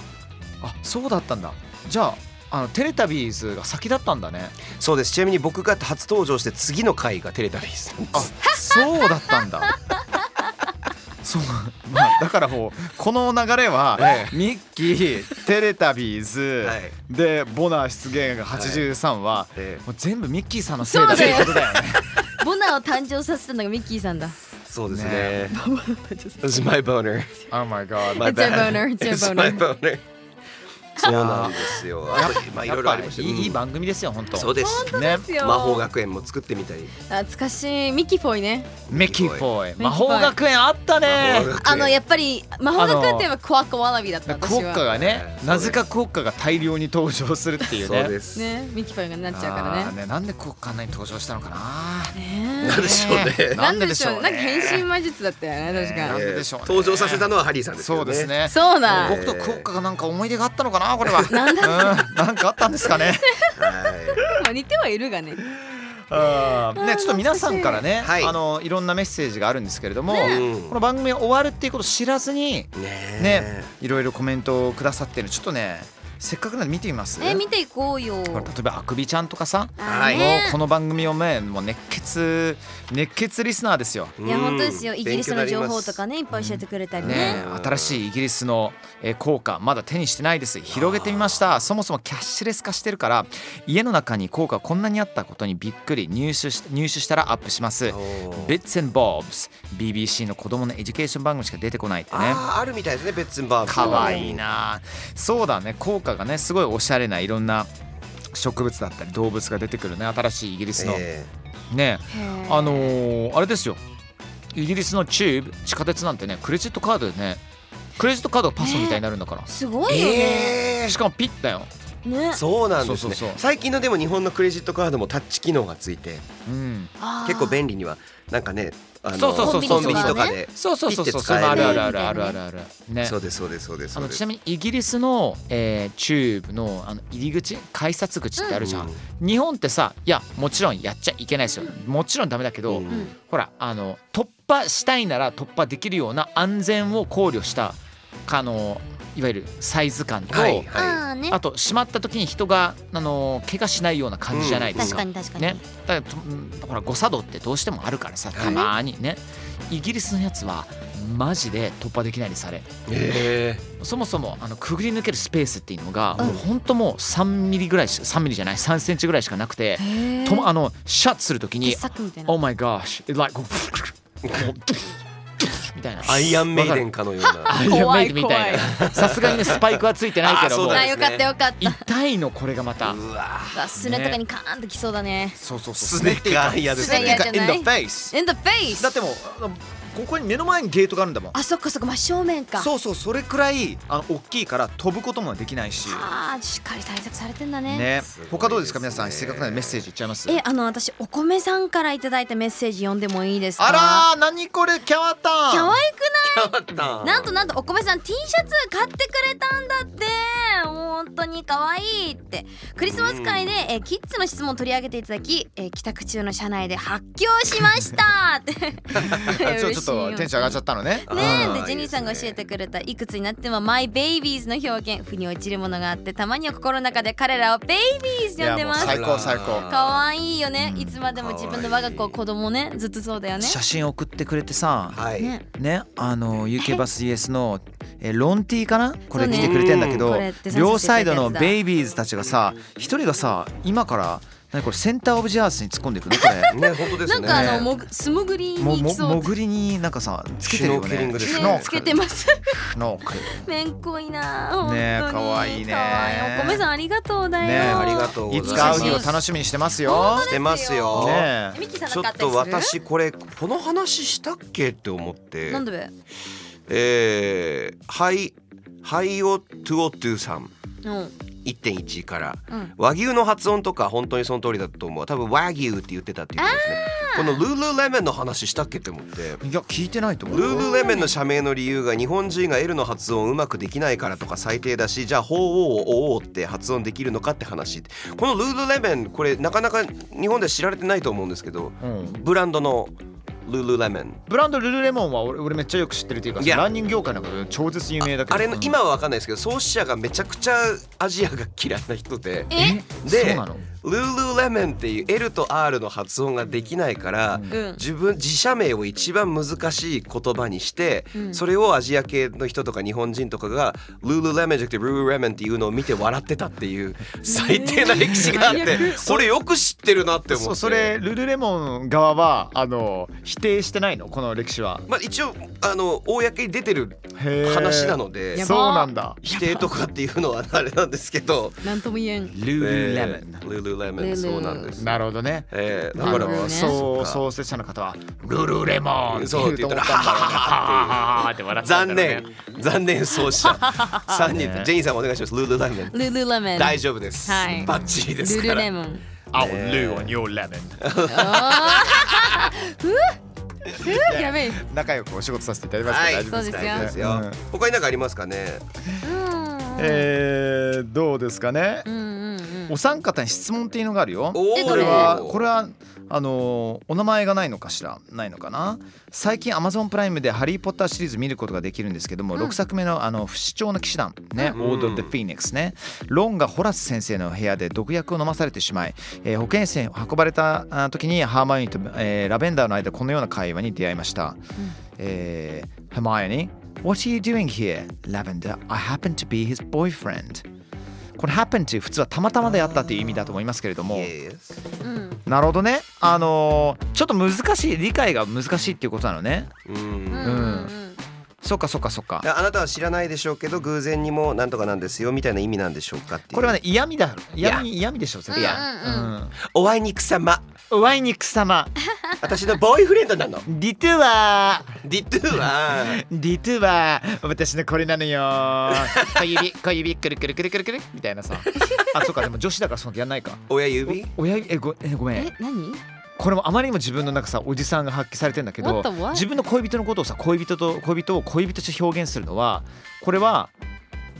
Speaker 3: あそうだったんだ。じゃああのテレタビーズが先だったんだね
Speaker 5: そうですちなみに僕が初登場して次の回がテレタビーズ
Speaker 3: あそうだったんだそうまあだからもうこの流れは、
Speaker 5: え
Speaker 3: ミッキーテレタビーズ、
Speaker 5: はい
Speaker 3: でボナー出現が83は、
Speaker 5: ええ
Speaker 3: もう全部ミッキーさんのせいだということだよね
Speaker 2: ボナーを誕生させたのがミッキーさんだ。
Speaker 5: そうです
Speaker 3: ね
Speaker 5: ね It's my boner
Speaker 3: Oh my god
Speaker 5: My
Speaker 2: It's your
Speaker 5: bad.
Speaker 2: boner, it's your
Speaker 5: It's my boner そうなんですよあとまあいろいろありました
Speaker 3: い
Speaker 5: けど
Speaker 3: いいい番組ですよ本当
Speaker 5: そうです
Speaker 3: ね
Speaker 5: 魔法学園も作ってみたり
Speaker 2: 懐かしいミキフォイね。
Speaker 3: ミッキーフォイ
Speaker 2: イ
Speaker 3: 魔法学園あったね
Speaker 5: 魔法学園
Speaker 2: あのやっぱり魔法学園といえばクワッカワラビだった
Speaker 3: ク
Speaker 2: 私
Speaker 3: オ
Speaker 2: は。
Speaker 3: ッカがね
Speaker 5: そうです
Speaker 3: なぜかクオッカが大量に登場するっていうね
Speaker 5: そうです
Speaker 2: ね、ミキフォイがなっちゃうから
Speaker 3: あー
Speaker 2: ね。
Speaker 3: ねなんでクオッカあんなに登場したのかな
Speaker 2: ね
Speaker 5: なんでしょうね
Speaker 2: なんででしょうね。
Speaker 3: な
Speaker 2: なんん
Speaker 3: で
Speaker 2: か
Speaker 3: でしょ
Speaker 2: 変身
Speaker 3: うね
Speaker 2: 魔術だったよね、確
Speaker 3: な
Speaker 2: か
Speaker 3: ん。ででしょうね
Speaker 5: 登場させたのはハリーさんですけ
Speaker 3: そ
Speaker 5: ど
Speaker 3: う
Speaker 5: ね
Speaker 3: ですね
Speaker 2: そうだ。
Speaker 3: 僕とクオッカがなんか思い出があったのかなこれは
Speaker 2: なんだ
Speaker 3: うんなんかあったんですかね
Speaker 5: は
Speaker 2: まあ似てはいるがね。
Speaker 3: うんねちょっと皆さんからね
Speaker 5: はい
Speaker 3: あのいろんなメッセージがあるんですけれども
Speaker 5: いうん
Speaker 3: この番組が終わるっていうことを知らずに
Speaker 5: ね
Speaker 3: ねいろいろコメントをくださってるちょっとねせっかくなんで見てみます
Speaker 2: え、見ていこうよ。
Speaker 3: これ例えばあくびちゃんとかさ
Speaker 5: はい
Speaker 3: もうこの番組をねもう熱血熱血リスナーですよ。
Speaker 5: え
Speaker 2: いや本当ですよ。イギリスの情報とか
Speaker 5: ね
Speaker 2: ねいっぱい教えてくれたりね。
Speaker 3: ね、新しいイギリスの、えー効果まだ手にしてないです広げてみましたそもそもキャッシュレス化してるから家の中に効果こんなにあったことにびっくり入手し入手したらアップします
Speaker 5: ね
Speaker 3: Bits and Bobs BBC の子供のエデュケーション番組しか出てこないってね
Speaker 5: あーあるみたいですねベッツンバーブ
Speaker 3: かわいいなそうだね効果がねすごいおしゃれないろんな植物だったり動物が出てくるね新しいイギリスの、
Speaker 5: え
Speaker 3: ね
Speaker 2: へー
Speaker 3: あのーあれですよイギリスのチューブ地下鉄なんてねクレジットカードでねクレジットカードがパスみたいになるんだから、
Speaker 2: すご
Speaker 5: え
Speaker 2: いよね。
Speaker 5: え
Speaker 3: しかもピッだよ、
Speaker 2: ね
Speaker 5: え。そうなんです
Speaker 3: そう
Speaker 5: ね
Speaker 3: そうそう
Speaker 5: 最近のでも日本のクレジットカードもタッチ機能がついて
Speaker 3: うん、
Speaker 2: あー
Speaker 5: 結構便利にはなんかねあの
Speaker 3: そうそうそうそう
Speaker 5: コンビニとかで
Speaker 3: そうそうそうそう
Speaker 5: ピ
Speaker 3: そう
Speaker 5: ッて使える
Speaker 3: あるあるあるあるあるあるね
Speaker 5: そうですそうですそうです
Speaker 3: あ
Speaker 5: そう
Speaker 3: の
Speaker 5: で
Speaker 3: ち
Speaker 5: す
Speaker 3: なみにイギリスの、えーチューブのあの入り口改札口ってあるじゃん、
Speaker 5: うん
Speaker 3: 日本ってさいやもちろんやっちゃいけないですよもちろんダメだけど、
Speaker 5: うん
Speaker 3: ほらあの突破したいなら突破できるような安全を考慮したあのいわゆるサイズ感と、
Speaker 5: はいは
Speaker 2: あーね
Speaker 3: あ。としまった時に人があの怪我しないような感じじゃないです
Speaker 2: 確
Speaker 3: か。
Speaker 2: かに確かに。
Speaker 3: ね、だからとうんほら誤作動ってどうしてもあるからさたまーにねイギリスのやつはマジで突破できないにされ
Speaker 5: いえ
Speaker 3: そもそもあのくぐり抜けるスペースっていうのが、
Speaker 2: うん
Speaker 3: もうほんともう3ミリぐらいし3ミリじゃない3センチぐらいしかなくて
Speaker 2: へー
Speaker 3: ともあのシャッする時に
Speaker 2: 傑作みたい
Speaker 3: 「
Speaker 2: な。
Speaker 3: Oh my gosh」It like もうみたいな
Speaker 5: アイアンメイデンかのような
Speaker 3: アイアンメイドみたいなさすがにねスパイクはついてないけ
Speaker 5: あ
Speaker 3: ど
Speaker 5: そう
Speaker 3: もう
Speaker 5: だ
Speaker 2: あよかったよかった。
Speaker 3: 痛いのこれがまた。
Speaker 5: うわ
Speaker 2: うわすねとかにカーンときそうだね。
Speaker 3: そうそうそう
Speaker 5: スネーカー嫌です
Speaker 2: スネー
Speaker 5: ね
Speaker 2: カーじゃない
Speaker 3: in the face
Speaker 2: In the face!
Speaker 3: だってもうあのここに目の前にゲートがあるんだもん
Speaker 2: あそっかそっか真正面か。
Speaker 3: そうそうそれくらいあの大きいから飛ぶこともできないし
Speaker 2: あーしっかり対策されてんだね。
Speaker 3: ね
Speaker 5: すごいですね
Speaker 3: 他どうですか皆さんせっかくなんでメッセージいっちゃいます
Speaker 2: えあの私お米さんからいただいたメッセージ読んでもいいですか。
Speaker 3: あらー何これキャワタン
Speaker 2: 可愛
Speaker 5: な
Speaker 2: くなんとなんとお米さん T シャツ買ってくれたんだってもう本当に可愛いってクリスマス会で、えーキッズの質問を取り上げていただき、えー帰宅中の車内で発狂しましたって
Speaker 3: あちょちょっとテンション上がっちゃったのね
Speaker 2: ね
Speaker 5: あー
Speaker 2: えでジェニーさんが教えてくれたいくつになってもマイベイビーズの表現腑に落ちるものがあってたまには心の中で彼らをベイビーズ呼
Speaker 3: い
Speaker 2: ん
Speaker 3: や
Speaker 2: で
Speaker 3: もう
Speaker 2: ます
Speaker 3: 最高最高
Speaker 2: 可愛いよねいつまでも自分の我が子子供ねずっとそうだよね
Speaker 3: 写真送ってくれてさ
Speaker 5: はい
Speaker 2: ね
Speaker 3: ねあの UK バス ES のえーロンティーかなこれ
Speaker 2: そうね
Speaker 3: 来てくれてんだけ
Speaker 2: うん
Speaker 3: ど
Speaker 2: これデザインしてくれたやつだ
Speaker 3: 両サイドのベイビーズたちがさ一人がさ今から何これセンターオブジャースに突っ込んでいくねこれ
Speaker 5: ね本当です
Speaker 2: な
Speaker 5: よ
Speaker 2: ん
Speaker 5: ね
Speaker 2: かあのもぐ素潜り
Speaker 3: も
Speaker 2: に行
Speaker 3: も
Speaker 2: きそう
Speaker 3: 潜りになんかさつけてるよ
Speaker 5: シュノーケリング
Speaker 3: ね。
Speaker 5: です
Speaker 3: シュ
Speaker 5: ね
Speaker 3: ノ
Speaker 2: ね
Speaker 3: ー
Speaker 2: つ
Speaker 3: ク
Speaker 2: けてます
Speaker 3: シュノーク
Speaker 2: めんこいな本当に
Speaker 3: ねえ可愛いね
Speaker 2: 可愛いお米さんありがとうだよ
Speaker 3: ねえ
Speaker 5: ありがとうござい
Speaker 3: い
Speaker 5: ます
Speaker 3: つか会う日を楽しみにしてますよ。
Speaker 5: してますよ
Speaker 3: ねえ
Speaker 2: ミキさん
Speaker 5: ち
Speaker 2: な
Speaker 5: ょ
Speaker 2: んかあ
Speaker 5: っ
Speaker 2: ったり
Speaker 5: と
Speaker 2: する
Speaker 5: 私これこの話したっけって思って
Speaker 2: なんでべ
Speaker 5: えー、ハイハイオトゥオトゥさん
Speaker 2: うん
Speaker 5: 1.1から
Speaker 2: うん
Speaker 5: 和牛の発音とか本当にその通りだと思う多分和牛って言ってたっていうことですねこのルールレメンの話したっけって思って
Speaker 3: いや聞いてないと思
Speaker 5: ル
Speaker 3: う。
Speaker 5: ールレメンの社名の理由が日本人が L の発音をうまくできないからとか最低だしじゃあ「鳳凰を「おお」って発音できるのかって話このルールレメンこれなかなか日本では知られてないと思うんですけど
Speaker 3: うん。
Speaker 5: ブランドの Lululemon
Speaker 3: ブランドルルレモンは俺俺めっちゃよく知ってるというか
Speaker 5: いや
Speaker 3: ランニング業界の中で超絶有名だけど
Speaker 5: あれの今は分かんないですけど創始者がめちゃくちゃアジアが嫌いな人で
Speaker 2: え
Speaker 5: で
Speaker 3: そうなの
Speaker 5: Lululemon っていう L と R の発音ができないから、
Speaker 2: うん
Speaker 5: 自分自社名を一番難しい言葉にして、
Speaker 2: うん
Speaker 5: それをアジア系の人とか日本人とかが「ルールレメン」じゃなくて「ルールレメン」っていうのを見て笑ってたっていう最低な歴史があって、俺よく知ってるなって思って
Speaker 3: そうそれルルレモン側はあの否定してないのこの歴史は
Speaker 5: まあ、一応あの公に出てる
Speaker 3: へー
Speaker 5: 話なので
Speaker 2: やば
Speaker 3: そうなんだ
Speaker 5: 否定とかっていうのはあれなんですけど
Speaker 2: なんとも言えん
Speaker 3: ルルレモン
Speaker 5: えールールレメンそうなんです。
Speaker 3: なるほどね
Speaker 5: えー、だ
Speaker 3: だか
Speaker 5: か
Speaker 3: らら、
Speaker 2: なるほどね
Speaker 3: そう創設者の方はルルレモン
Speaker 5: そうって言ったら「ははははは」って
Speaker 3: 笑ったん
Speaker 5: 残
Speaker 3: だろうね
Speaker 5: 念残念そうした3人ジェニーさんもお願いしますルールライメン
Speaker 2: ルルレモン
Speaker 5: 大丈夫です
Speaker 2: はい
Speaker 5: バッチリです
Speaker 2: ル
Speaker 5: か
Speaker 2: ル
Speaker 5: ら
Speaker 2: レモン
Speaker 3: 青ルーオンヨーレモ
Speaker 2: ふうやべえ
Speaker 3: ン仲良くお仕事させていただきます
Speaker 5: は
Speaker 3: けど大丈夫
Speaker 5: い
Speaker 3: です
Speaker 2: そうですよ
Speaker 5: 大丈夫
Speaker 3: うん
Speaker 5: 他に何かありますかね
Speaker 2: うん
Speaker 3: えーどうですかね
Speaker 2: うんうんうん
Speaker 3: お三方に質問っていうのがあるよ
Speaker 5: おー
Speaker 3: これはこれ
Speaker 5: は
Speaker 3: はあのーお名前がないのかしらないのかな最近 Amazon プライムで「ハリー・ポッター」シリーズ見ることができるんですけども、
Speaker 2: うん
Speaker 3: 6作目のあの不死鳥の騎士団ね、
Speaker 5: うん
Speaker 3: オード・デ・フィニックスねロンがホラス先生の部屋で毒薬を飲まされてしまい、えー保健室に運ばれたあ時にハーマイオニーと、えーラベンダーの間このような会話に出会いました、えー、ハーマイオニー What are you doing here? Lavender, I happen to be his boyfriend. これ happen to 普通はたまたまであったという意味だと思いますけれども、
Speaker 2: うん
Speaker 3: なるほどね。あのーちょっと難しい理解が難しいっていうことなのね。
Speaker 5: うん
Speaker 2: うんうん
Speaker 3: そっかそっかそっか。
Speaker 5: あなたは知らないでしょうけど偶然にもなんとかなんですよみたいな意味なんでしょうかっていう
Speaker 3: これはね嫌味だ嫌
Speaker 5: い
Speaker 3: 味嫌味でしょ絶対。
Speaker 2: うんうん
Speaker 5: お会いにくさま
Speaker 3: うん。ワイニック様、
Speaker 5: 私のボーイフレンドなの
Speaker 3: 実は
Speaker 5: ディトゥは
Speaker 3: 実は私のこれなのよ。 小指小指くるくるくるくるくるみたいなさ。 あそっかでも女子だからその時やんないか。
Speaker 5: 親指
Speaker 3: お親指えごえごめ
Speaker 2: え
Speaker 3: ん。
Speaker 2: 何
Speaker 3: これもあまりにも自分の中さおじさんが発揮されてんだけど
Speaker 2: What the what？、
Speaker 3: 自分の恋人のことをさ恋人と恋人を恋人として表現するのはこれは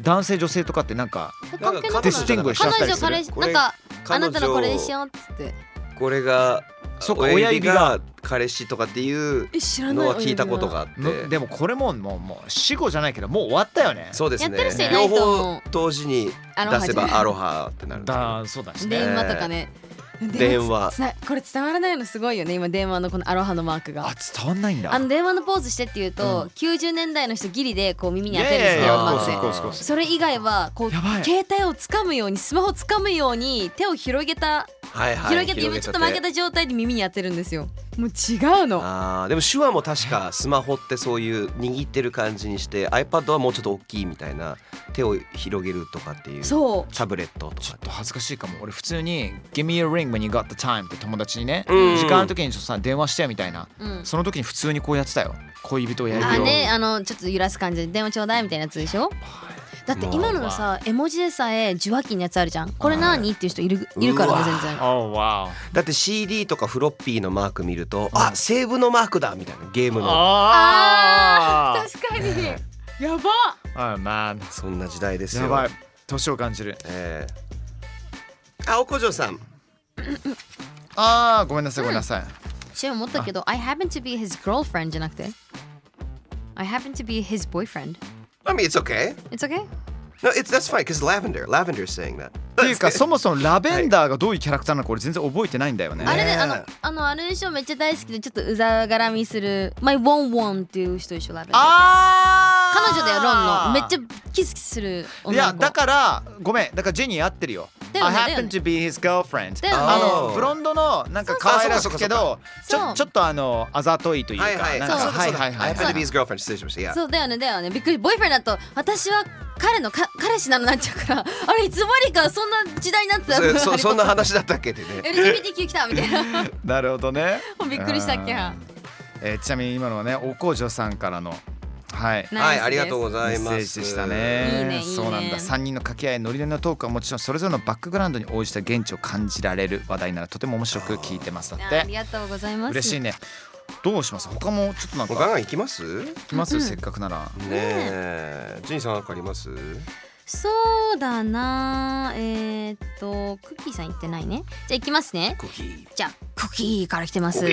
Speaker 3: 男性女性とかってなんか
Speaker 2: 関係なく
Speaker 3: デ
Speaker 2: な
Speaker 3: ィスティング
Speaker 2: い
Speaker 3: しちゃった
Speaker 2: 彼
Speaker 3: り
Speaker 2: 女
Speaker 3: する
Speaker 2: 彼。氏
Speaker 5: こ
Speaker 2: な
Speaker 5: れ
Speaker 2: んか
Speaker 5: 彼
Speaker 2: あ
Speaker 5: 女
Speaker 2: なたのこれでしようっつって
Speaker 5: これが
Speaker 3: そうか
Speaker 5: 親
Speaker 3: 親
Speaker 5: 指
Speaker 3: 指が
Speaker 5: が彼氏とかっていう
Speaker 2: え知らない
Speaker 5: のは聞いたことがあっ
Speaker 3: む
Speaker 5: て
Speaker 3: でもこれももうもう死後じゃないけどもう終わったよね。
Speaker 5: そうですね
Speaker 2: やってる人いな
Speaker 5: 両
Speaker 2: いと思う
Speaker 5: 方同時に出せばアロハってなる
Speaker 3: だそうだしね。
Speaker 2: 電話とかね
Speaker 5: 電話
Speaker 2: つなこれ伝わらないのすごいよね今電話のこのアロハのマークが
Speaker 3: あ伝わんないんだ。
Speaker 2: あの電話のポーズしてって言うと、
Speaker 3: うん
Speaker 2: 90年代の人ギリでこう耳
Speaker 3: い
Speaker 2: に当てるんで
Speaker 3: や
Speaker 2: すよ
Speaker 3: いやいや
Speaker 2: マー
Speaker 3: こう
Speaker 2: ク
Speaker 3: す
Speaker 2: で
Speaker 3: るこうするこうする
Speaker 2: それ以外はこう
Speaker 3: やばい
Speaker 2: 携帯を掴むようにスマホ掴むように手を広げた
Speaker 5: はいはい
Speaker 2: 広げて、今ちょっと曲げた状態で耳に当てるんですよもう違うの
Speaker 5: あーでも手話も確かスマホってそういう握ってる感じにして iPad はもうちょっと大きいみたいな手を広げるとかっていうタ
Speaker 2: そ
Speaker 5: ブレットと
Speaker 3: ちょ
Speaker 5: か
Speaker 3: っと恥ずかしいかも。俺普通に Give me a ring when you got the time って友達にね、
Speaker 5: うん
Speaker 3: 時間の時にちょっとさ電話してみたいな。
Speaker 2: う、うん、
Speaker 3: その時に普通にこうやってたよ。恋人をや
Speaker 2: あ
Speaker 3: るよ。
Speaker 2: であのちょっと揺らす感じで電話ちょうだいみたいなやつでしょだって今のさ絵文字でさえ受話器のやつあるじゃんこれ何っていう人いるいるからね全然
Speaker 3: おわ
Speaker 5: だって CD とかフロッピーのマーク見ると、あセーブのマークだみたいなゲーム
Speaker 3: お。
Speaker 5: の
Speaker 3: あ
Speaker 2: 確かにやば
Speaker 3: あ。あまあ
Speaker 5: そんな時代ですよ
Speaker 3: やばい。年を感じる。
Speaker 5: えー、あおこじょうさん
Speaker 3: ああごめんなさいごめんなさい。
Speaker 2: シェン思ったけど I happen to be his girlfriend じゃなくて I happen to be his boyfriend
Speaker 5: I mean it's okay
Speaker 2: It's okay?
Speaker 5: No it's that's fine because lavender lavender is saying that
Speaker 3: っていうかそもそもラベンダーがどういうキャラクターなのか俺全然覚えてないんだよね。
Speaker 2: あれであのあのあれでしょめっちゃ大好きでちょっとうざがらみする My Won Won っていう人でしょラベンダー
Speaker 3: あ
Speaker 2: 彼女だよロンのめっ
Speaker 3: ゃ
Speaker 2: ちゃキスキスする
Speaker 3: い
Speaker 2: 女の
Speaker 3: や
Speaker 2: 子
Speaker 3: だからごめんだからジェニー合ってるよ。
Speaker 2: だよね
Speaker 3: I
Speaker 2: だよ
Speaker 3: happen
Speaker 2: ね
Speaker 3: to be his girlfriend、
Speaker 2: だよね
Speaker 3: あ
Speaker 5: あー
Speaker 3: のブロンドのなんか可愛らしくけどち
Speaker 2: そ
Speaker 3: ょ
Speaker 2: う
Speaker 3: ちょっとあのあざといというか
Speaker 5: はいはい
Speaker 3: なん
Speaker 5: そ
Speaker 3: か
Speaker 5: うだ
Speaker 3: はいはいは
Speaker 5: I
Speaker 3: い
Speaker 5: happen to be his girlfriend 失礼しました Yeah
Speaker 2: そうだよねだよねびっくりボイフェンだと私は彼のか彼氏なのになっちゃうから あれいつまにかそんな時代になってた
Speaker 5: そ そそんな
Speaker 2: あ
Speaker 5: 話だったっけってね
Speaker 2: れ LGBTQ 来たみた いな
Speaker 3: なるほどね
Speaker 2: もうびっくりしたっけ
Speaker 3: うんえーちなみに今のはねお工女さんからのはい
Speaker 5: は
Speaker 2: ナイスで
Speaker 5: い、
Speaker 2: す
Speaker 5: ありがとうござ
Speaker 3: メ
Speaker 5: い
Speaker 3: ッ
Speaker 5: ま
Speaker 3: セージ
Speaker 5: す。
Speaker 3: でした
Speaker 2: い
Speaker 3: ね
Speaker 2: いねいいね
Speaker 3: そうなんだ3人の掛け合いノリノリのトークはもちろんそれぞれのバックグラウンドに応じた現地を感じられる話題ならとても面白く聞いてますだっ
Speaker 2: ああり
Speaker 3: て
Speaker 2: がとうございます
Speaker 3: 嬉しいねどうします他もちょっとなん
Speaker 5: もうガン
Speaker 3: か
Speaker 5: ガン行きます。ね
Speaker 3: 来ますせっかくなら
Speaker 5: え、ジンさんなんかあります。
Speaker 2: そうだなえー、っとクッキーさん言ってないねじゃあ行きますね
Speaker 5: コキー
Speaker 2: じゃあクッキーから来てます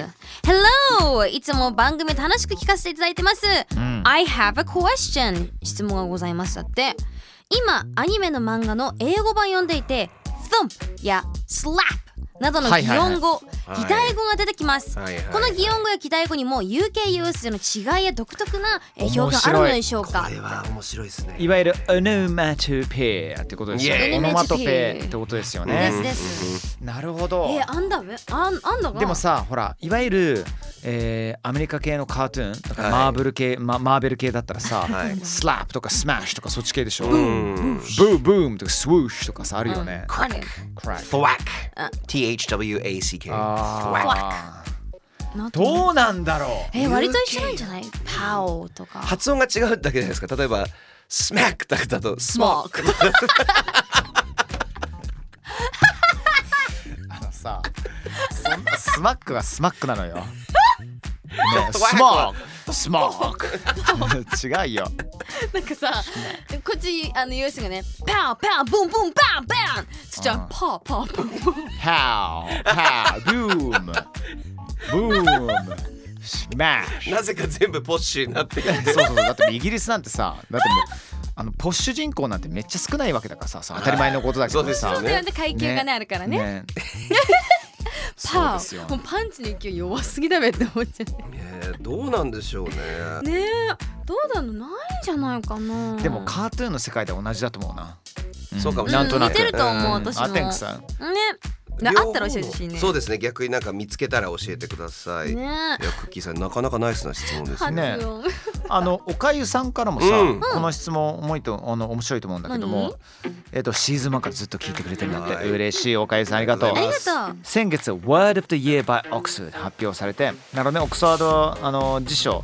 Speaker 2: Hello いつも番組楽しく聞かせていただいてます、I have a question 質問がございますだって今アニメの漫画の英語版読んでいて Thump や Slap などの擬音語、
Speaker 5: はいはいはい
Speaker 2: 擬態語が出てきます、
Speaker 5: はいはい
Speaker 2: この擬音語や擬態語にも UK ユースでの違いや独特なえー表現あるのでしょうか
Speaker 5: これは面白いですね
Speaker 3: いわゆるオノマトペアってことですよ
Speaker 5: イエ
Speaker 3: ね
Speaker 5: ー。イ
Speaker 3: オノマトペアってことですよ
Speaker 2: で
Speaker 3: ね
Speaker 2: す。です
Speaker 3: なるほど。
Speaker 2: えー、あんだめあんあんだが
Speaker 3: でもさほらいわゆる、えーアメリカ系のカートゥーンだから
Speaker 5: はい
Speaker 3: マーブル系、ママーベル系だったらさ、
Speaker 5: い
Speaker 3: スラップとかスマッシュとかそっち系でしょ、
Speaker 5: うん
Speaker 3: ブーブームとかスウォッシュとかさあるよね、
Speaker 2: ある
Speaker 3: クラック
Speaker 5: トワック THWACK
Speaker 3: あー
Speaker 2: なんと
Speaker 3: どうなんだろう
Speaker 2: えー、割と一緒なんじゃないパオとか
Speaker 5: 発音が違うだけじゃないですか例えばスマックだとス
Speaker 2: ス
Speaker 5: モ
Speaker 2: モ
Speaker 5: ー
Speaker 2: ーク
Speaker 3: あのさ ススマックがスマックなのよ、ね、
Speaker 5: とワ
Speaker 3: ス
Speaker 5: ク
Speaker 3: モ
Speaker 5: ワ
Speaker 3: ークスモーク違うよ
Speaker 2: なんかさこっちあの US がねパンパンブンブンパンパンそっちは
Speaker 3: うん
Speaker 2: パーパーブンブン
Speaker 3: ハウハウブームブームスマッシュ
Speaker 5: クなぜか全部ポッシュになってる
Speaker 3: そうそうだってイギリスなんてさだってもうあのポッシュ人口なんてめっちゃ少ないわけだからささ当たり前のことだけど
Speaker 5: そうです
Speaker 3: さ
Speaker 5: よ
Speaker 2: そうだよね階級がね
Speaker 3: ね
Speaker 2: あるからね
Speaker 3: そう
Speaker 2: パ
Speaker 3: ですよ
Speaker 2: ーもうパンチの勢い弱すぎだべって思っちゃう
Speaker 5: えーどうなんでしょうね
Speaker 2: ねえどうだろうないんじゃないかな
Speaker 3: でもカートゥーンの世界では同じだと思うな、
Speaker 5: そうかもしれ
Speaker 3: な
Speaker 5: ない
Speaker 3: んとなく
Speaker 2: 似てると思う
Speaker 3: うん
Speaker 2: 私も
Speaker 3: あてんくさん
Speaker 2: ねなあったら教えてほしいね
Speaker 5: そうですね逆になんか見つけたら教えてください
Speaker 2: ね
Speaker 5: いやクッキーさんなかなかナイスな質問です
Speaker 2: 発
Speaker 5: ね
Speaker 3: ね
Speaker 2: 音
Speaker 3: あのおかゆさんからもさ、
Speaker 5: うん
Speaker 3: この質問重いとあの面白いと思うんだけども、えっとシーズン1からずっと聞いてくれてるんだって、
Speaker 5: はい
Speaker 3: 嬉しいおかゆさんありがとう
Speaker 5: ありがとうございます
Speaker 2: ありがと
Speaker 3: 先月 Word of the Year by Oxford 発表されてなるほどねオックスフォードあの辞書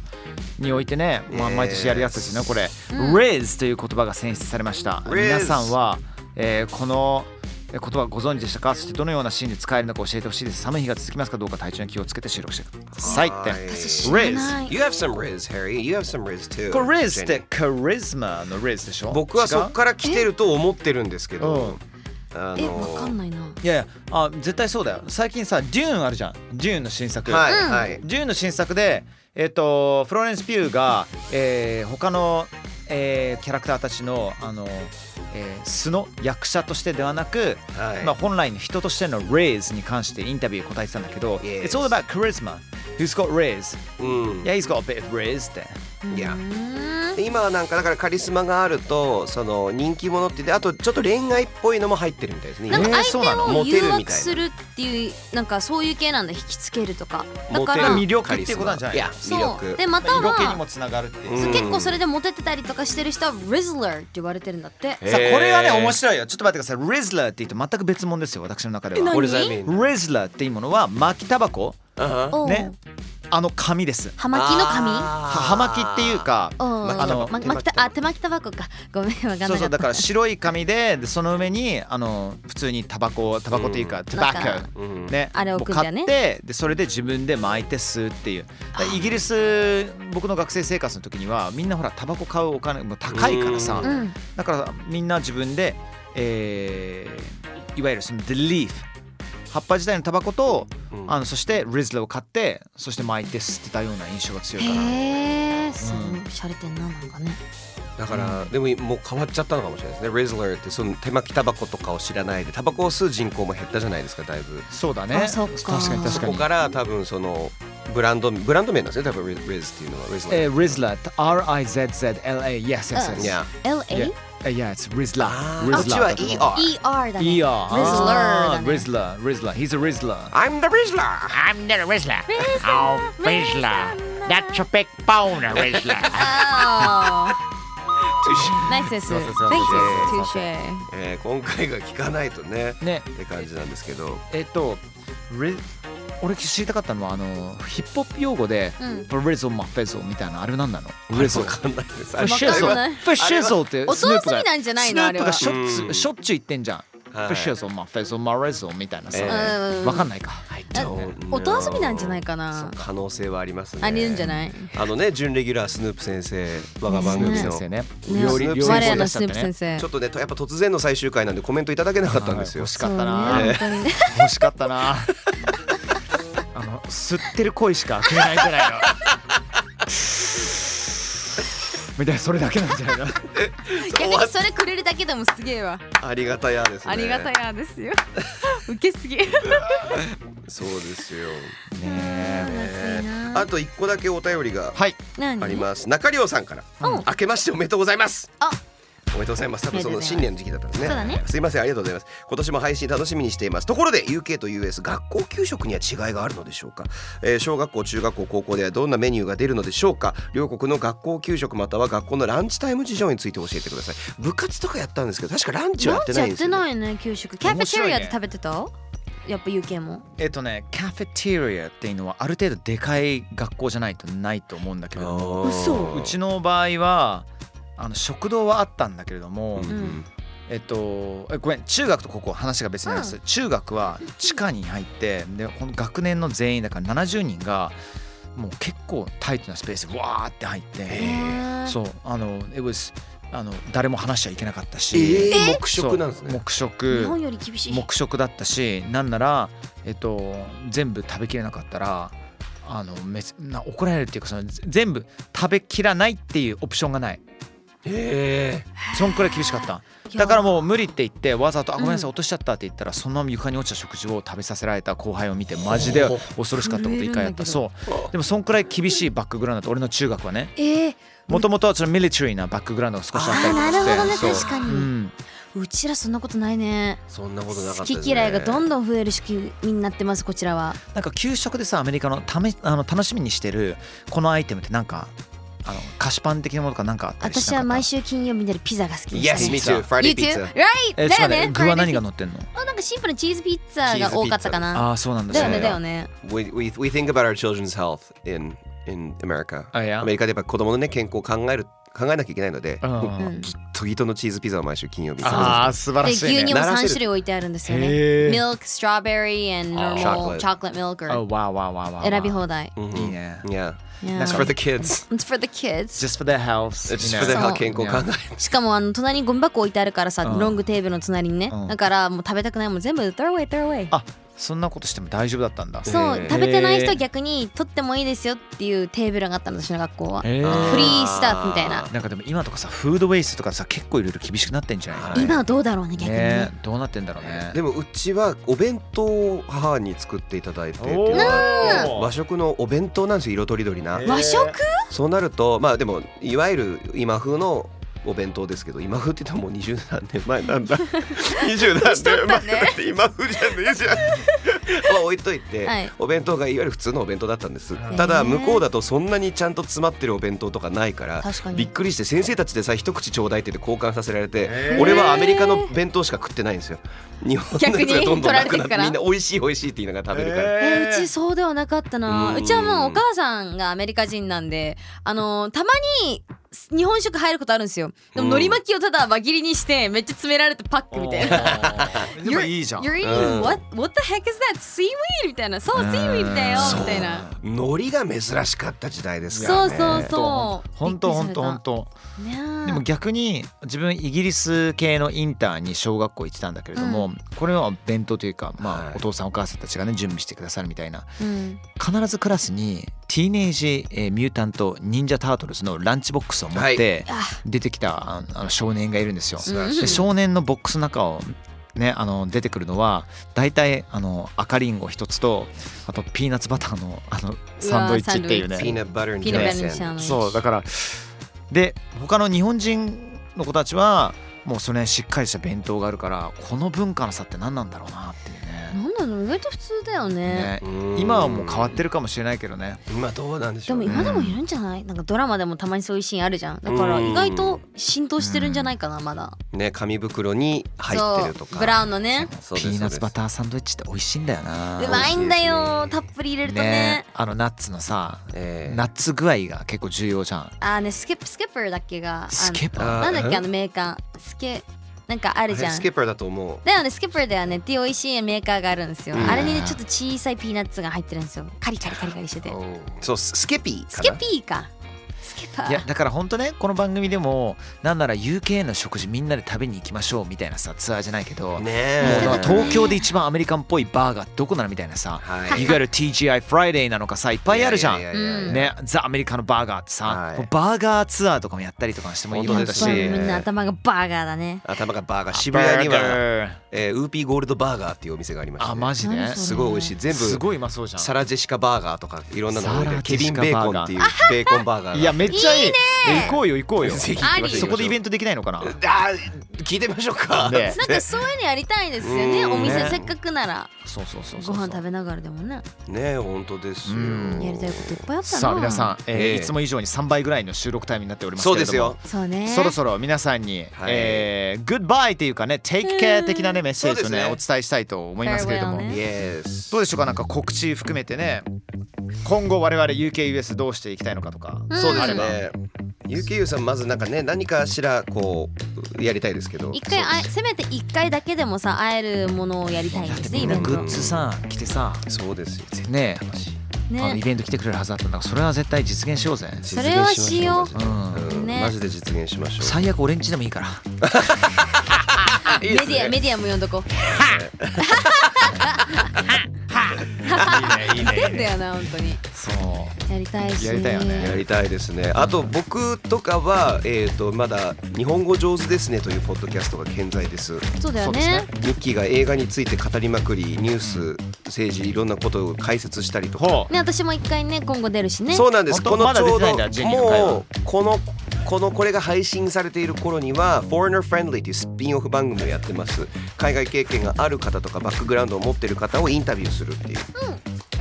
Speaker 3: においてね、まあ、
Speaker 5: Yes
Speaker 3: 毎年やるやつですよねこれ、Riz という言葉が選出されました
Speaker 5: Riz
Speaker 3: 皆さんは、えーこのえー言葉ご存知でしたかそしてどのようなシーンで使えるのか教えてほしいです寒い日が続きますかどうか体調に気をつけて収録してくださいって
Speaker 5: はい私
Speaker 2: 知らない
Speaker 5: You have some riz Harry You have some riz too
Speaker 3: これ Riz って
Speaker 5: Jenny
Speaker 3: カリスマの Riz でしょ
Speaker 5: 僕はそ
Speaker 3: 違
Speaker 5: っ
Speaker 3: う
Speaker 5: から来てると思ってるんですけどあ
Speaker 2: えわかん
Speaker 5: い
Speaker 2: ないな
Speaker 3: いやいやあ絶対そうだよ最近さ Dune あるじゃん Dune の新作
Speaker 5: はい
Speaker 2: うん
Speaker 5: はい
Speaker 3: ジューンの新作で、えっとフローレンス・ピューが、えー他の、えーキャラクターたちのあの、えー素の役者としてではなく、
Speaker 5: はい
Speaker 3: まあ、本来の人としての Raise に関してインタビュー答えてたんだけど、
Speaker 5: Yes.
Speaker 3: It's all about charisma. Who's got Raise?
Speaker 5: うん
Speaker 3: Yeah, he's got a bit of Raise って。
Speaker 5: いや
Speaker 2: うーん
Speaker 5: 今はなんかだからカリスマがあるとその人気者ってであとちょっと恋愛っぽいのも入ってるみたいですね
Speaker 2: なん
Speaker 3: えー
Speaker 2: か
Speaker 3: そ
Speaker 2: 相
Speaker 3: うな
Speaker 2: 手
Speaker 3: の
Speaker 2: を
Speaker 5: モテるみ
Speaker 2: 誘
Speaker 5: たいな
Speaker 2: 惑するっていうなんかそういう系なんだ引きつけるとかだ
Speaker 5: モテ
Speaker 2: か
Speaker 5: る
Speaker 2: ら
Speaker 3: 魅力っていうことなんじゃない
Speaker 5: いや魅
Speaker 2: そう
Speaker 5: 力
Speaker 2: でまた
Speaker 3: 色気に
Speaker 2: は
Speaker 3: もつながるっていう。
Speaker 5: うん
Speaker 2: 結構それでモテてたりとかしてる人は Rizzler って言われてるんだって
Speaker 5: え
Speaker 3: さあこれがね
Speaker 5: へー
Speaker 3: 面白いよ。ちょっと待ってください。Rizzler って言うと全く別物ですよ、私の中で
Speaker 2: え
Speaker 3: は
Speaker 2: 何。
Speaker 5: What does that mean?
Speaker 3: Rizzler っていうものは巻きタバコ
Speaker 2: おう
Speaker 3: ね。あの紙です。
Speaker 2: 葉巻の紙
Speaker 3: は葉巻っていうか、
Speaker 2: おう
Speaker 5: 巻き
Speaker 3: あの
Speaker 5: タバコ
Speaker 2: ま巻きたあ手巻きタバコかごめんわかんなか
Speaker 3: そ
Speaker 2: った
Speaker 3: うそうだから白い紙ででその上にあの普通にタバコタバコというか、トバ
Speaker 2: なん
Speaker 3: コ
Speaker 2: か
Speaker 5: うん
Speaker 3: ね
Speaker 2: あれを置くんだよね
Speaker 3: もう買ってでそれで自分で巻いて吸うっていうだからイギリス僕の学生生活の時にはみんなほらタバコ買うお金もう高いからさ、
Speaker 5: う
Speaker 2: うん
Speaker 3: だからみんな自分で、えーいわゆるその the leaf 葉っぱ自体のタバコと、
Speaker 5: うん
Speaker 3: あのそしてリズルを買ってそして巻いて吸ってたような印象が強いから。
Speaker 2: へえそう
Speaker 3: う
Speaker 2: 洒落てんななんかね
Speaker 5: だからでももう変わっちゃったのかもしれないですね。リズラーってその手巻きタバコとかを知らないでタバコを吸う人口も減ったじゃないですかだいぶ。
Speaker 3: そうだね
Speaker 2: あそっか
Speaker 3: 確かに確
Speaker 5: そ
Speaker 3: か
Speaker 5: こ
Speaker 3: に
Speaker 5: から多分そのブランドブランド名なんですね多分リズっていうのはリズラ
Speaker 3: え
Speaker 5: ー。
Speaker 3: ー、Rizla R-I-Z-Z-L-A Yes, yes,
Speaker 2: うん
Speaker 3: yes
Speaker 5: いや
Speaker 2: LA?
Speaker 3: Yeah, yeah, it's Rizla
Speaker 5: あ
Speaker 3: Rizla
Speaker 5: こっちは ER。
Speaker 2: ER だね
Speaker 3: ER
Speaker 2: Rizzler だね
Speaker 3: Rizla Rizla He's a Rizla
Speaker 5: I'm the Rizzler!
Speaker 7: I'm the Rizzler. Oh, Rizzler. That's a big boner, Rizzler.
Speaker 2: あーナイスです
Speaker 3: い
Speaker 2: Thanks
Speaker 3: ませんすいません
Speaker 2: touche
Speaker 5: えー今回が聞かないとね
Speaker 3: ね
Speaker 5: って感じなんですけど。
Speaker 3: えっと Riz 俺知りたかったのはあのヒップホップ用語で、
Speaker 2: うん
Speaker 3: Rizzle マフェゾみたいなあれなんなの Rizzle
Speaker 5: わかんないです。
Speaker 3: フ
Speaker 5: あ
Speaker 3: ッ
Speaker 5: れ
Speaker 3: シュゾ
Speaker 2: わかんない
Speaker 3: ーフッシュゾーって
Speaker 2: お
Speaker 3: スヌープ
Speaker 2: お
Speaker 3: が
Speaker 2: 葬儀なんじゃないの
Speaker 3: スヌープがしょっ
Speaker 5: あれ
Speaker 3: ちゅ
Speaker 5: は
Speaker 3: うしょっちゅう言ってんじゃん、
Speaker 5: はい
Speaker 3: フッシュゾーマフェゾマレゾみたいなさ、
Speaker 5: え
Speaker 2: ー
Speaker 3: わかんないか、はい
Speaker 5: I don't know
Speaker 2: 音遊びなんじゃないか
Speaker 5: そう
Speaker 2: な
Speaker 5: 可能性はありますね
Speaker 2: ありえるんじゃない
Speaker 5: あのね準レギュラースヌープ先生我が番組
Speaker 3: 先
Speaker 5: の
Speaker 3: 生ね
Speaker 5: 料理
Speaker 2: ね
Speaker 5: 料理
Speaker 2: 我らの
Speaker 3: 出し
Speaker 2: ス
Speaker 3: ちゃ
Speaker 2: ヌー
Speaker 3: っ
Speaker 2: プ
Speaker 3: た
Speaker 2: 先
Speaker 3: ね
Speaker 2: 生
Speaker 5: ちょっとねやっぱ突然の最終回なんでコメントいただけなかったんですよ
Speaker 3: はい惜しかったな、
Speaker 2: そうね 本当にね
Speaker 3: 欲しかったなあの吸ってる恋しか食えないんじゃないの みたいなそれだけなんじゃないかな
Speaker 2: 逆にそれくれるだけでもすげえわ
Speaker 5: ありがたやですね
Speaker 2: ありがたやですよ受けすぎ
Speaker 5: そうですよ
Speaker 2: 暑いな
Speaker 5: あと一個だけお便りが
Speaker 3: はい
Speaker 5: あり
Speaker 2: 何
Speaker 5: ます中亮さんから
Speaker 2: うん
Speaker 5: 明けましておめでとうございます
Speaker 2: あ
Speaker 5: おめでとうございます多分その新年の時期だったんですね
Speaker 2: そうだね
Speaker 5: すいませんありがとうございます今年も配信楽しみにしていますところで UK と US 学校給食には違いがあるのでしょうか、えー小学校中学校高校ではどんなメニューが出るのでしょうか両国の学校給食または学校のランチタイム事情について教えてください部活とかやったんですけど確かランチはやってないんですよ、ね、
Speaker 2: ランチやってないね給食キャフェテリアで食べてたやっぱ UK も
Speaker 3: えっとねカフェテリアっていうのはある程度でかい学校じゃないとないと思うんだけれども
Speaker 5: 嘘
Speaker 3: うちの場合はあの食堂はあったんだけれども、
Speaker 2: ん
Speaker 3: えっとえごめん中学と高校は話が別になります、中学は地下に入ってでこの学年の全員だから70人がもう結構タイトなスペースでわーって入って、
Speaker 2: へー
Speaker 3: そうあの it was あの誰も話しちゃいけなかった
Speaker 5: えー
Speaker 3: し、
Speaker 5: 黙食なんですね
Speaker 3: そう黙
Speaker 2: 日
Speaker 3: 食
Speaker 2: 本より厳しい
Speaker 3: 黙食だったしなんなら、えっと、全部食べきれなかったらあのめつな怒られるっていうかそのぜ全部食べきらないっていうオプションがない
Speaker 5: え
Speaker 3: そんくらい厳しかっただからもう無理って言ってわざと「あごめんなさい落としちゃった」って言ったらそのまま床に落ちた食事を食べさせられた後輩を見てマジで恐ろしかったこと一回やった
Speaker 2: 震
Speaker 3: そうでもそんくらい厳しいバックグラウンドだった俺の中学はね
Speaker 2: えー
Speaker 3: もともとはそのミリタリーなバックグラウンドが少しあったりとか
Speaker 2: あー
Speaker 3: して
Speaker 2: なるほどね
Speaker 3: そう
Speaker 2: 確かに
Speaker 3: うん
Speaker 2: うちらそんなことないね
Speaker 5: そんなことなかった
Speaker 2: 好
Speaker 5: です、ね、
Speaker 2: き嫌いがどんどん増える仕組みになってますこちらは
Speaker 3: なんか給食でさアメリカのためあの楽しみにしてるこのアイテムってなんかあの菓子パン的なものとかなんかあったりし
Speaker 2: 私
Speaker 3: なか
Speaker 2: は
Speaker 3: った
Speaker 2: 毎週金曜日になるピザが好きです
Speaker 5: Yes, me too. Friday
Speaker 2: You too?
Speaker 5: pizza.
Speaker 2: Right!
Speaker 3: えちょ
Speaker 2: だ
Speaker 3: っと
Speaker 2: よ
Speaker 3: 待っ
Speaker 2: ね
Speaker 3: て具は何が
Speaker 2: Friday
Speaker 3: 乗ってんの
Speaker 2: pizza あなんかシンプルにチーズピッツァが多かったかな
Speaker 3: ああそうなんだ
Speaker 2: だよね
Speaker 3: それ
Speaker 2: だ
Speaker 3: は
Speaker 2: よね
Speaker 5: We, we, we think about our children's health in, in America.
Speaker 3: あいや
Speaker 5: アメリカでやっぱ子供のね健康を考える考えなきゃいけないので、
Speaker 3: うん
Speaker 5: もうギットギトのチーズピザを毎週金曜日。
Speaker 3: ああ素
Speaker 2: で
Speaker 3: 晴らしい
Speaker 2: 牛乳
Speaker 3: ね
Speaker 2: も3種類置いてあるんですよね
Speaker 3: へー
Speaker 2: Milk, strawberry and
Speaker 5: あ
Speaker 2: normal
Speaker 5: ー
Speaker 2: chocolate milk
Speaker 3: あ
Speaker 2: or
Speaker 3: わあわあわあわあ
Speaker 2: 選び放題
Speaker 5: うん
Speaker 3: いいね
Speaker 5: Yeah.
Speaker 2: Yeah.
Speaker 3: That's
Speaker 5: It's for the kids.
Speaker 2: It's for the kids
Speaker 3: just for their health
Speaker 5: It's
Speaker 3: you know
Speaker 5: just for their
Speaker 2: そう
Speaker 5: health 健康を考
Speaker 2: しかもあの隣にゴミ箱置いてあるからさ
Speaker 3: うん
Speaker 2: ロングテーブルの隣にね
Speaker 3: うん
Speaker 2: だからもう食べたくないもん全部 throw away throw away
Speaker 3: あそんなことしても大丈夫だったんだ
Speaker 2: そう
Speaker 5: へー
Speaker 2: 食べてない人は逆に取ってもいいですよっていうテーブルがあったの私の学校は
Speaker 3: へ
Speaker 5: え
Speaker 3: ー
Speaker 2: フリースタッフみたいな
Speaker 3: なんかでも今とかさフードウェイストとかさ結構いろいろ厳しくなってんじゃない
Speaker 2: 今はどうだろうね逆に
Speaker 3: ね
Speaker 2: ね
Speaker 3: どうなってんだろうね
Speaker 5: えでもうちはお弁当を母に作っていただいてっていうの
Speaker 3: おー
Speaker 5: があって
Speaker 3: うん
Speaker 5: 和食のお弁当なんですよ色とりどりな
Speaker 3: へ。ー
Speaker 2: 和食
Speaker 5: そうなるとまあでもいわゆる今風のお弁当ですけど今風って言ってももう20何年前なん だ20何年前だって今風じゃねえじゃんまあ 置いといて、
Speaker 2: はい
Speaker 5: お弁当がいわゆる普通のお弁当だったんです
Speaker 3: ー
Speaker 5: ただ向こうだとそんなにちゃんと詰まってるお弁当とかないから
Speaker 2: 確かに
Speaker 5: びっくりして先生たちでさ一口ちょうだいって言って交換させられて
Speaker 3: へー
Speaker 5: 俺はアメリカの弁当しか食ってないんですよ日本のやつがどんどんな
Speaker 2: 逆に取られて
Speaker 5: くな
Speaker 2: く
Speaker 5: って
Speaker 2: から
Speaker 5: みんな美味しい美味しいって言いながら食べるから、
Speaker 2: えーうちそうではなかったな
Speaker 5: うん
Speaker 2: うちはもうお母さんがアメリカ人なんであのーたまに日本食入ることあるんですよでも
Speaker 5: うん
Speaker 2: 海苔巻きをただ輪切りにしてめっちゃ詰められてパックみたいな
Speaker 3: でもいいじゃん
Speaker 2: You're
Speaker 5: う
Speaker 2: eating
Speaker 5: ん
Speaker 2: what, what the heck is that? Seaweed? みたいなそう seaweed だよ
Speaker 3: うん
Speaker 2: みたいな
Speaker 5: 海苔が珍しかった時代ですから
Speaker 2: そう
Speaker 5: ね
Speaker 2: そうそう
Speaker 3: 本当本当本
Speaker 2: 当
Speaker 3: 当
Speaker 2: ね
Speaker 3: でも逆に自分イギリス系のインターに小学校行ってたんだけれども、これは弁当というか、ま
Speaker 5: は
Speaker 3: あ
Speaker 5: い、
Speaker 3: お父さんお母さんたちがね準備してくださるみたいな
Speaker 2: えうん
Speaker 3: 必ずクラスにティーネイジ、えーミュータント忍者タートルズのランチボックスを持って
Speaker 2: あ
Speaker 3: 出てきたあのあの少年がいるんですよ。
Speaker 5: 素晴らしい
Speaker 3: で少年のボックスの中をね、あの出てくるのは大体あの赤リンゴ一つとあとピーナッツバターのあのサンドイッチっていうね
Speaker 5: ピーナッツバター and
Speaker 2: ピーナッツ
Speaker 5: jam
Speaker 2: バター and jam
Speaker 3: そうだからで他の日本人の子たちはもうそれねしっかりした弁当があるからこの文化の差って何なんだろうなっていうね
Speaker 2: なんだろう意外と普通だよね
Speaker 3: ね
Speaker 5: うん
Speaker 3: 今はもう変わってるかもしれないけどね
Speaker 5: 今どうなんでし
Speaker 2: で
Speaker 5: ょう
Speaker 2: も
Speaker 5: ね
Speaker 2: 今でもいるんじゃないなんかドラマでもたまにそういうシーンあるじゃんだから意外と浸透してるんじゃないかなまだ
Speaker 5: ね紙袋に入ってると
Speaker 2: そう
Speaker 5: か
Speaker 2: ブラウンのね
Speaker 5: そうです
Speaker 3: ピーナッツバ
Speaker 5: そ
Speaker 3: ターサンドイッチって美味しいんだよな
Speaker 2: うまいんだよ
Speaker 5: 美味しいですね
Speaker 2: たっぷり入れ
Speaker 3: ね
Speaker 2: るとね
Speaker 3: あのナッツのさ、
Speaker 5: うですええ
Speaker 3: ナッツ具合が結構重要じゃん
Speaker 2: あーねスキップスキップだっけがあの
Speaker 3: スケッパー
Speaker 5: あ
Speaker 2: な
Speaker 5: ー
Speaker 2: んだっけあのメーカースケなんかあるじゃん
Speaker 5: スキッパーだと思う
Speaker 2: だよねスキッパーだよねっていう美味しいメーカーがあるんですよ、あれにねちょっと小さいピーナッツが入ってるんですよカリカリカリカリしてて
Speaker 5: そうススケピー
Speaker 2: ス
Speaker 5: か
Speaker 2: ケ
Speaker 5: な
Speaker 2: ピーかスケパ
Speaker 3: いや
Speaker 2: ー
Speaker 3: だから本当ねこの番組でもなんなら UK の食事みんなで食べに行きましょうみたいなさツアーじゃないけど、
Speaker 5: ね
Speaker 3: もう
Speaker 5: え
Speaker 3: だから東京で一番アメリカンっぽいバーガーどこなのみたいなさ、、
Speaker 5: はい
Speaker 3: わゆる TGI フライデーなのかさいっぱいあるじゃん。
Speaker 5: いやいやいやいや
Speaker 3: ね、ザ・アメリカのバーガーってさ、
Speaker 5: はい
Speaker 3: もうバーガーツアーとかもやったりとかしてもいいわけだし
Speaker 5: 本当ですよ
Speaker 2: みんな頭がバーガーだね
Speaker 5: 頭がバーガー渋谷に
Speaker 3: バ
Speaker 5: は、
Speaker 3: ーガー
Speaker 5: えーウーピーゴールドバーガーっていうお店がありまして、
Speaker 3: あマジで
Speaker 2: 何それ
Speaker 5: すごい美味しい全
Speaker 3: す
Speaker 5: 部
Speaker 3: ごいうまそうじゃん
Speaker 5: サラジェシカバーガーとかいろんなのが置いてあるケビン・
Speaker 3: サラ
Speaker 5: ベ
Speaker 3: ジェシカバー
Speaker 5: ーコン
Speaker 3: ガー
Speaker 5: っていうベーコンバーガーが
Speaker 3: いやめっちゃいい行こうよ行こうよ
Speaker 5: ぜひ
Speaker 2: あり
Speaker 5: 行きましょう
Speaker 3: そこでイベントできないのかな
Speaker 5: あー聞いてみましょうか、
Speaker 3: ね
Speaker 2: なんかそういうのやりたいですよね
Speaker 5: うん
Speaker 2: お店
Speaker 3: ね
Speaker 2: せっかくなら
Speaker 3: そうそうそうそ
Speaker 2: ご
Speaker 3: う
Speaker 2: 飯食べながらでもね
Speaker 5: ね本当ですよ
Speaker 3: うん
Speaker 2: やりたいこといっぱいあったな
Speaker 3: さあ皆さん、えー
Speaker 5: ええ
Speaker 3: いつも以上に3倍ぐらいの収録タイムになっております
Speaker 5: そ
Speaker 3: け
Speaker 5: う
Speaker 3: れ
Speaker 5: で
Speaker 3: ども
Speaker 5: すよ
Speaker 2: そうね
Speaker 3: そろそろ皆さんに、
Speaker 5: はい
Speaker 3: えー、グッバイっていうかね、take care 的なね、メッセージをね、
Speaker 5: そう
Speaker 3: お
Speaker 5: で
Speaker 3: 伝えしたいと思いますけれども、
Speaker 2: Farewell ね
Speaker 5: イエス
Speaker 3: どうでしょうか、なんか告知含めてね、今後我々 UKUS どうしていきたいのかとか、
Speaker 5: そうですね UKU さんまずなんかね何かしらこうやりたいですけど
Speaker 2: 一回あえせめて一回だけでもさ会えるものをやりたいですねイベント
Speaker 3: グッズさ、来てさ、
Speaker 5: そうですよ絶
Speaker 3: ねえ、あのイ
Speaker 2: ね
Speaker 3: ベント来てくれるはずだったんだから、それは絶対実現しようぜ。
Speaker 5: 対
Speaker 2: それはしよう
Speaker 5: 実現しましょううん
Speaker 2: ね
Speaker 5: マジで実現しましょ
Speaker 3: 最悪俺んちでもいいから。
Speaker 2: メディアメディアも呼んどこ
Speaker 3: いいね、いい
Speaker 2: う変だよな本当に
Speaker 3: そう。
Speaker 2: やりたいし
Speaker 3: やりたいよ
Speaker 5: う
Speaker 3: ね
Speaker 5: やりたいですねあと僕とかはえっとまだ「日本語上手ですね」というポッドキャストが健在です
Speaker 2: そうだよ
Speaker 3: そうで
Speaker 2: ね
Speaker 5: ミッキーが映画について語りまくりニュース政治いろんなことを解説したりとか
Speaker 3: ほう。
Speaker 2: ね私も一回ね今後出るしね
Speaker 5: そうなんです。
Speaker 3: 本当ま
Speaker 5: こ
Speaker 3: だ
Speaker 5: のち
Speaker 3: 出
Speaker 5: ょ
Speaker 3: て
Speaker 5: う
Speaker 3: ないんだジェ
Speaker 5: ど
Speaker 3: ニーの会話
Speaker 5: もうこのこのこれが配信されている頃には Foreigner Friendly というスピンオフ番組をやってます。海外経験がある方とかバックグラウンドを持っている方をインタビューするっていう。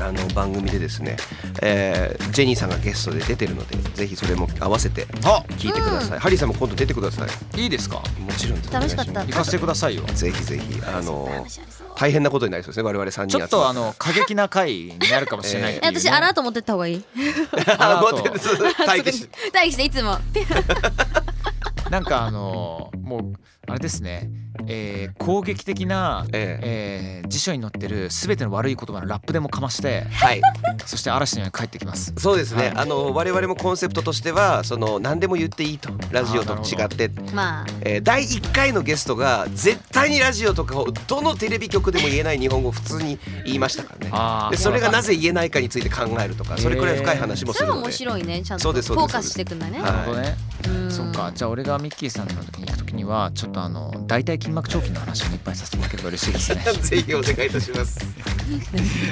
Speaker 5: あの番組でですね、えージェニーさんがゲストで出てるのでぜひそれも合わせて
Speaker 3: あ、
Speaker 5: 聞いてください、ハリーさんも今度出てください
Speaker 3: いいですか
Speaker 5: もちろんです
Speaker 2: 楽しかった
Speaker 5: お願い
Speaker 3: 行
Speaker 5: し
Speaker 3: かせてくださいよ
Speaker 5: ま。すぜひぜひあの
Speaker 2: 話ありそう
Speaker 5: 大変なことになりそうですね我々3人
Speaker 3: ちょっとあ
Speaker 5: の
Speaker 3: の過激な回になるかもしれないっ
Speaker 2: え
Speaker 3: ていうね、
Speaker 2: 私アラート持ってった方がいい
Speaker 3: ア ラート
Speaker 5: 待機し
Speaker 2: 大輝さんいつもピュッ
Speaker 3: なんかあのーもうあれですね、えー攻撃的な、え
Speaker 5: え
Speaker 3: ー辞書に載ってるすべての悪い言葉のラップでもかまして
Speaker 5: はい
Speaker 3: そして嵐のように帰ってきます
Speaker 5: そうですね、
Speaker 3: はい
Speaker 5: あの我々もコンセプトとしてはその何でも言っていいとラジオと
Speaker 3: あーな
Speaker 5: 違
Speaker 3: るほ
Speaker 5: って、
Speaker 2: まあ
Speaker 5: えー第1回のゲストが絶対にラジオとかをどのテレビ局でも言えない日本語を普通に言いましたからね
Speaker 3: あー
Speaker 5: でそれがなぜ言えないかについて考えるとかそれくらい深い話も
Speaker 2: そ
Speaker 5: す
Speaker 2: れ
Speaker 5: る
Speaker 2: も
Speaker 5: の
Speaker 2: 面
Speaker 5: で
Speaker 2: 白いねちゃん
Speaker 5: そ
Speaker 2: と
Speaker 5: う
Speaker 2: フ
Speaker 5: ですそうです
Speaker 2: ォーカスしていくんだね
Speaker 5: は
Speaker 3: なるほどね、
Speaker 2: うん
Speaker 3: そっかじゃあ俺がミッキーさんの時に行く時にはちょっとあの大体筋膜長筋の話もいっぱいさせてもらえれば嬉しい ですね
Speaker 5: ぜひお願いいたします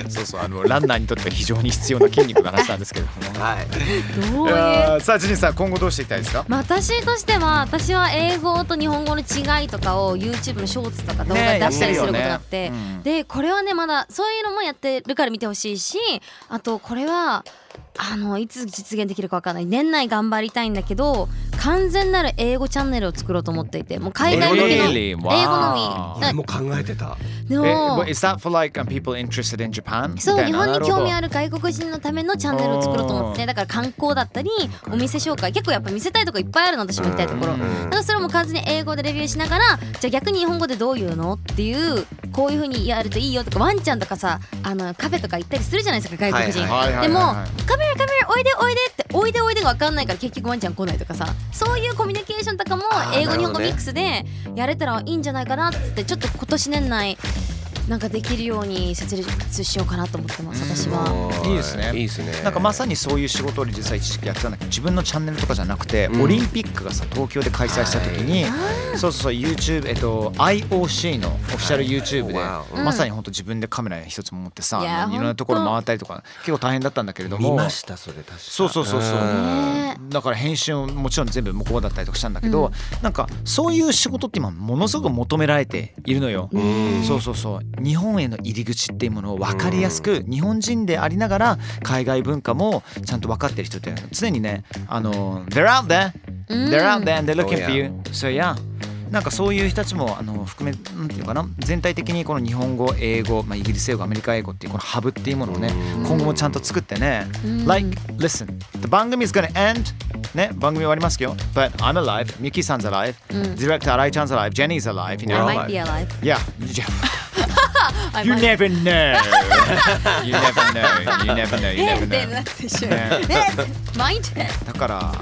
Speaker 3: そうそうあのランナーにとっては非常に必要な筋肉の話なんですけれども
Speaker 5: はい
Speaker 2: どう
Speaker 3: い
Speaker 2: いう
Speaker 3: やーさあジニーさん今後どうしていきたいですか
Speaker 2: まあ私としては私は英語と日本語の違いとかを YouTube のショーツとか動画
Speaker 3: ね
Speaker 2: で出したりすること
Speaker 3: やってるよね
Speaker 2: があって
Speaker 3: うん
Speaker 2: でこれはねまだそういうのもやってるから見てほしいしあとこれはあのいつ実現できるかわからない年内頑張りたいんだけど完全なる英語チャンネルを作ろうと思っていてもう海外向けの
Speaker 3: Really?
Speaker 2: 英語の
Speaker 3: わ
Speaker 2: み
Speaker 5: 俺も考えてた
Speaker 2: で
Speaker 3: え
Speaker 2: も
Speaker 3: but is that for like um, people interested in Japan?
Speaker 2: そう日本に興味
Speaker 3: る
Speaker 2: ある外国人のためのチャンネルを作ろうと思っててだから観光だったりお店紹介結構やっぱ見せたいとこいっぱいあるの私も行きたいところだからそれも完全に英語でレビューしながらじゃあ逆に日本語でどういうのっていうこういうふうにやるといいよとかワンちゃんとかさあのカフェとか行ったりするじゃないですか外国人、
Speaker 5: はい
Speaker 3: はいはいはい
Speaker 2: でも
Speaker 3: はい
Speaker 2: 「カメラカメラおいでおいで」って「おいでおいで」が分かんないから結局ワンちゃん来ないとかさそういうコミュニケーションとかも
Speaker 5: あー
Speaker 2: 英語
Speaker 5: な
Speaker 2: 日本
Speaker 5: るほ
Speaker 2: 語
Speaker 5: ど
Speaker 2: ミ
Speaker 5: ね
Speaker 2: ックスでやれたらいいんじゃないかなってちょっと今年年内なんかできるように設立しようかなと思ってます私は。
Speaker 3: いいですね
Speaker 5: いいですね
Speaker 3: なんかまさにそういう仕事を実際一時期やってたんだけど自分のチャンネルとかじゃなくて、
Speaker 5: うん
Speaker 3: オリンピックがさ東京で開催した時に、そうそうそう YouTube えっと IOC のオフィシャル YouTube で、
Speaker 5: わお
Speaker 3: まさに本当自分でカメラ一つ持ってさ、
Speaker 2: いや
Speaker 3: いろんなところ回ったりとか結構大変だったんだけれども
Speaker 5: 見ましたそれ確か
Speaker 3: そうそうそうそう
Speaker 2: ね
Speaker 3: だから編集ももちろん全部向こうだったりとかしたんだけど、なんかそういう仕事って今ものすごく求められているのよ。そうそうそう日本への入り口っていうものを分かりやすく日本人でありながら海外文化もちゃんと分かってる人っていうのは常にねあの They're out there!
Speaker 2: うん
Speaker 3: They're out there and they're looking for you!
Speaker 5: Oh,
Speaker 3: So yeah! なんかそういう人たちもあの含めなんていうのかな全体的にこの日本語英語、まあ、イギリス英語アメリカ英語っていうこのハブっていうものをね今後もちゃんと作ってね、
Speaker 2: うん
Speaker 3: Like listen the 番組 is gonna end ね、番組終わりますよ。But I'm alive, Miki san's alive, director Arai chan's alive, Jenny's alive, you
Speaker 2: I
Speaker 3: know.
Speaker 2: might be alive.
Speaker 3: Yeah. you never know. you never know. You never know. You
Speaker 2: え
Speaker 3: never
Speaker 2: っって
Speaker 3: know.
Speaker 2: なってしまう。
Speaker 3: ね
Speaker 2: マインド。
Speaker 3: だから、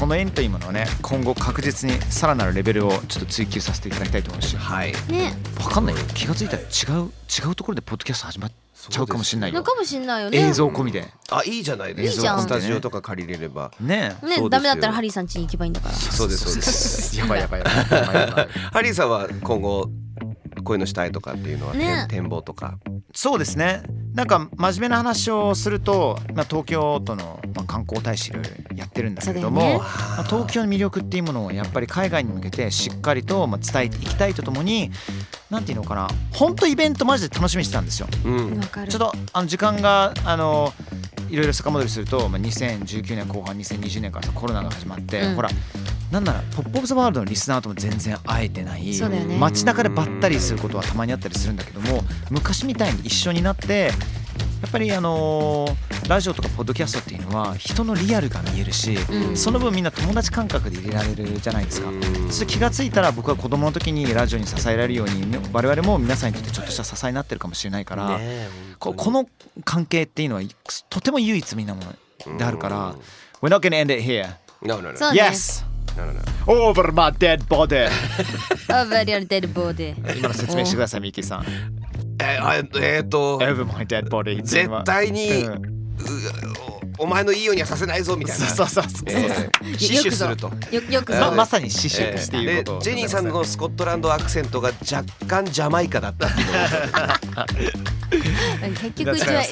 Speaker 3: この縁というものをね今後確実にさらなるレベルをちょっと追求させていただきたいと思うし
Speaker 5: はい
Speaker 2: ね、
Speaker 3: 分かんないよ気がついたら違う違うところでポッドキャスト始まっちゃうかもしれない
Speaker 2: の
Speaker 3: よ
Speaker 2: かもしんないよね。
Speaker 3: 映像込みで
Speaker 5: あいいじゃないです
Speaker 2: いいじゃん
Speaker 5: スタジオとか借りれれば
Speaker 3: ねえ
Speaker 2: ね
Speaker 5: そうですよ、
Speaker 2: ダメだったらハリーさん家に行けばいいんだから。
Speaker 5: そうですそうで す
Speaker 3: やばいやばいやばいやばいやばい
Speaker 5: ハリーさんは今後こういうのしたいとかっていうのは、
Speaker 2: ね
Speaker 5: ね、展望とか
Speaker 3: そうですねなんか真面目な話をすると、まあ、東京都の、まあ、観光大使いろいろやってるんだけれども、
Speaker 2: そうだよね
Speaker 3: まあ東京の魅力っていうものをやっぱり海外に向けてしっかりと、まあ、伝えていきたいとともになんていうのかな本当イベントマジで楽しみにしてたんですよ。
Speaker 5: うん
Speaker 2: わかる。
Speaker 3: ちょっとあの時間があのいろいろ遡りすると、まあ、2019年後半2020年からさコロナが始まって、
Speaker 2: うん
Speaker 3: ほらなんなら「ポップ・オブ・ザ・ワールド」のリスナーとも全然会えてない、
Speaker 2: そうだよね
Speaker 3: 街中でばったりすることはたまにあったりするんだけども昔みたいに一緒になってやっぱりあのーラジオとかポッドキャストっていうのは人のリアルが見えるし、
Speaker 2: うん
Speaker 3: その分みんな友達感覚で入れられるじゃないですか。
Speaker 5: うん
Speaker 3: そして気がついたら僕は子供の時にラジオに支えられるようにね我々も皆さんにとってちょっとした支えになってるかもしれないから、ここの関係っていうのはとても唯一無二なものであるから、We're not gonna end it here.
Speaker 5: なるなる
Speaker 2: そうね。
Speaker 3: Yes!
Speaker 5: No, no, no.
Speaker 3: Over my dead body!
Speaker 2: あ、バリアルデルボーで。
Speaker 3: 今の説明してください、ミッキーさん。
Speaker 5: えあえー、と
Speaker 3: Over my dead body.
Speaker 5: 絶対に
Speaker 3: うん
Speaker 5: おお前のいいようにはさせないぞみたいな
Speaker 3: そうそうそうそう。
Speaker 5: えー死守すると。
Speaker 2: よよく
Speaker 3: ま
Speaker 2: ぞ。
Speaker 3: まさに死守してい
Speaker 5: で
Speaker 3: うことを
Speaker 5: ジェニーさんのスコットランドアクセントが若干ジャマイカだったっていうのが
Speaker 2: 結局うちは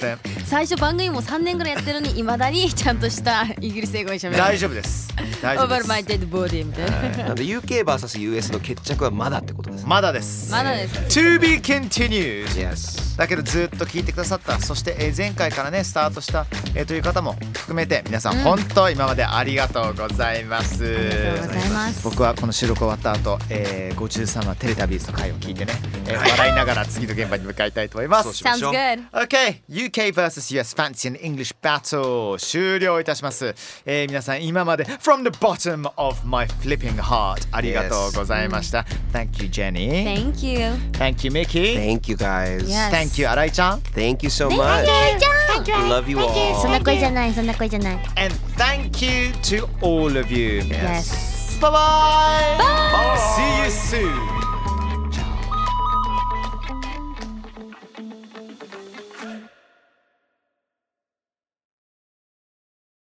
Speaker 2: 最初番組も3年ぐらいやってるのにいまだにちゃんとしたイギリス英語にしゃべる。
Speaker 3: 大丈夫です。大丈
Speaker 2: オー
Speaker 3: 夫
Speaker 2: バ
Speaker 3: で
Speaker 2: ルマイ
Speaker 3: す。
Speaker 2: デッドボーディみたいな。
Speaker 5: なんで UKVSUS の決着はまだってことですね。
Speaker 3: まだです。
Speaker 2: まだです。
Speaker 3: To be continued!
Speaker 5: Yes
Speaker 3: だけどずっと聞いてくださったそしてえー前回からねスタートしたえーという方も含めて皆さん本当今までありがとうございます。
Speaker 2: ありがとうございます。
Speaker 3: 僕はこの収録終わった後、えー、53話テレタビーズの回を聞いてね、えー笑いながら次の現場に向かいたいと思います。
Speaker 5: そうしまし
Speaker 2: Sounds
Speaker 5: ょう
Speaker 2: good.
Speaker 3: OK UK vs US Fancy and English Battle 終了いたします、えー、皆さん今まで From the bottom of my flipping heart ありがとうございました、Thank you Jenny
Speaker 2: Thank you.
Speaker 3: Thank you Mickey
Speaker 5: Thank you guys.
Speaker 2: Yes.
Speaker 3: Thank you 新井ちゃん
Speaker 5: Thank you so much. Love you all.
Speaker 1: そんな声じゃないそんな声じゃない
Speaker 3: And thank you to all of you
Speaker 2: Yes.
Speaker 3: Bye bye, bye. See you soon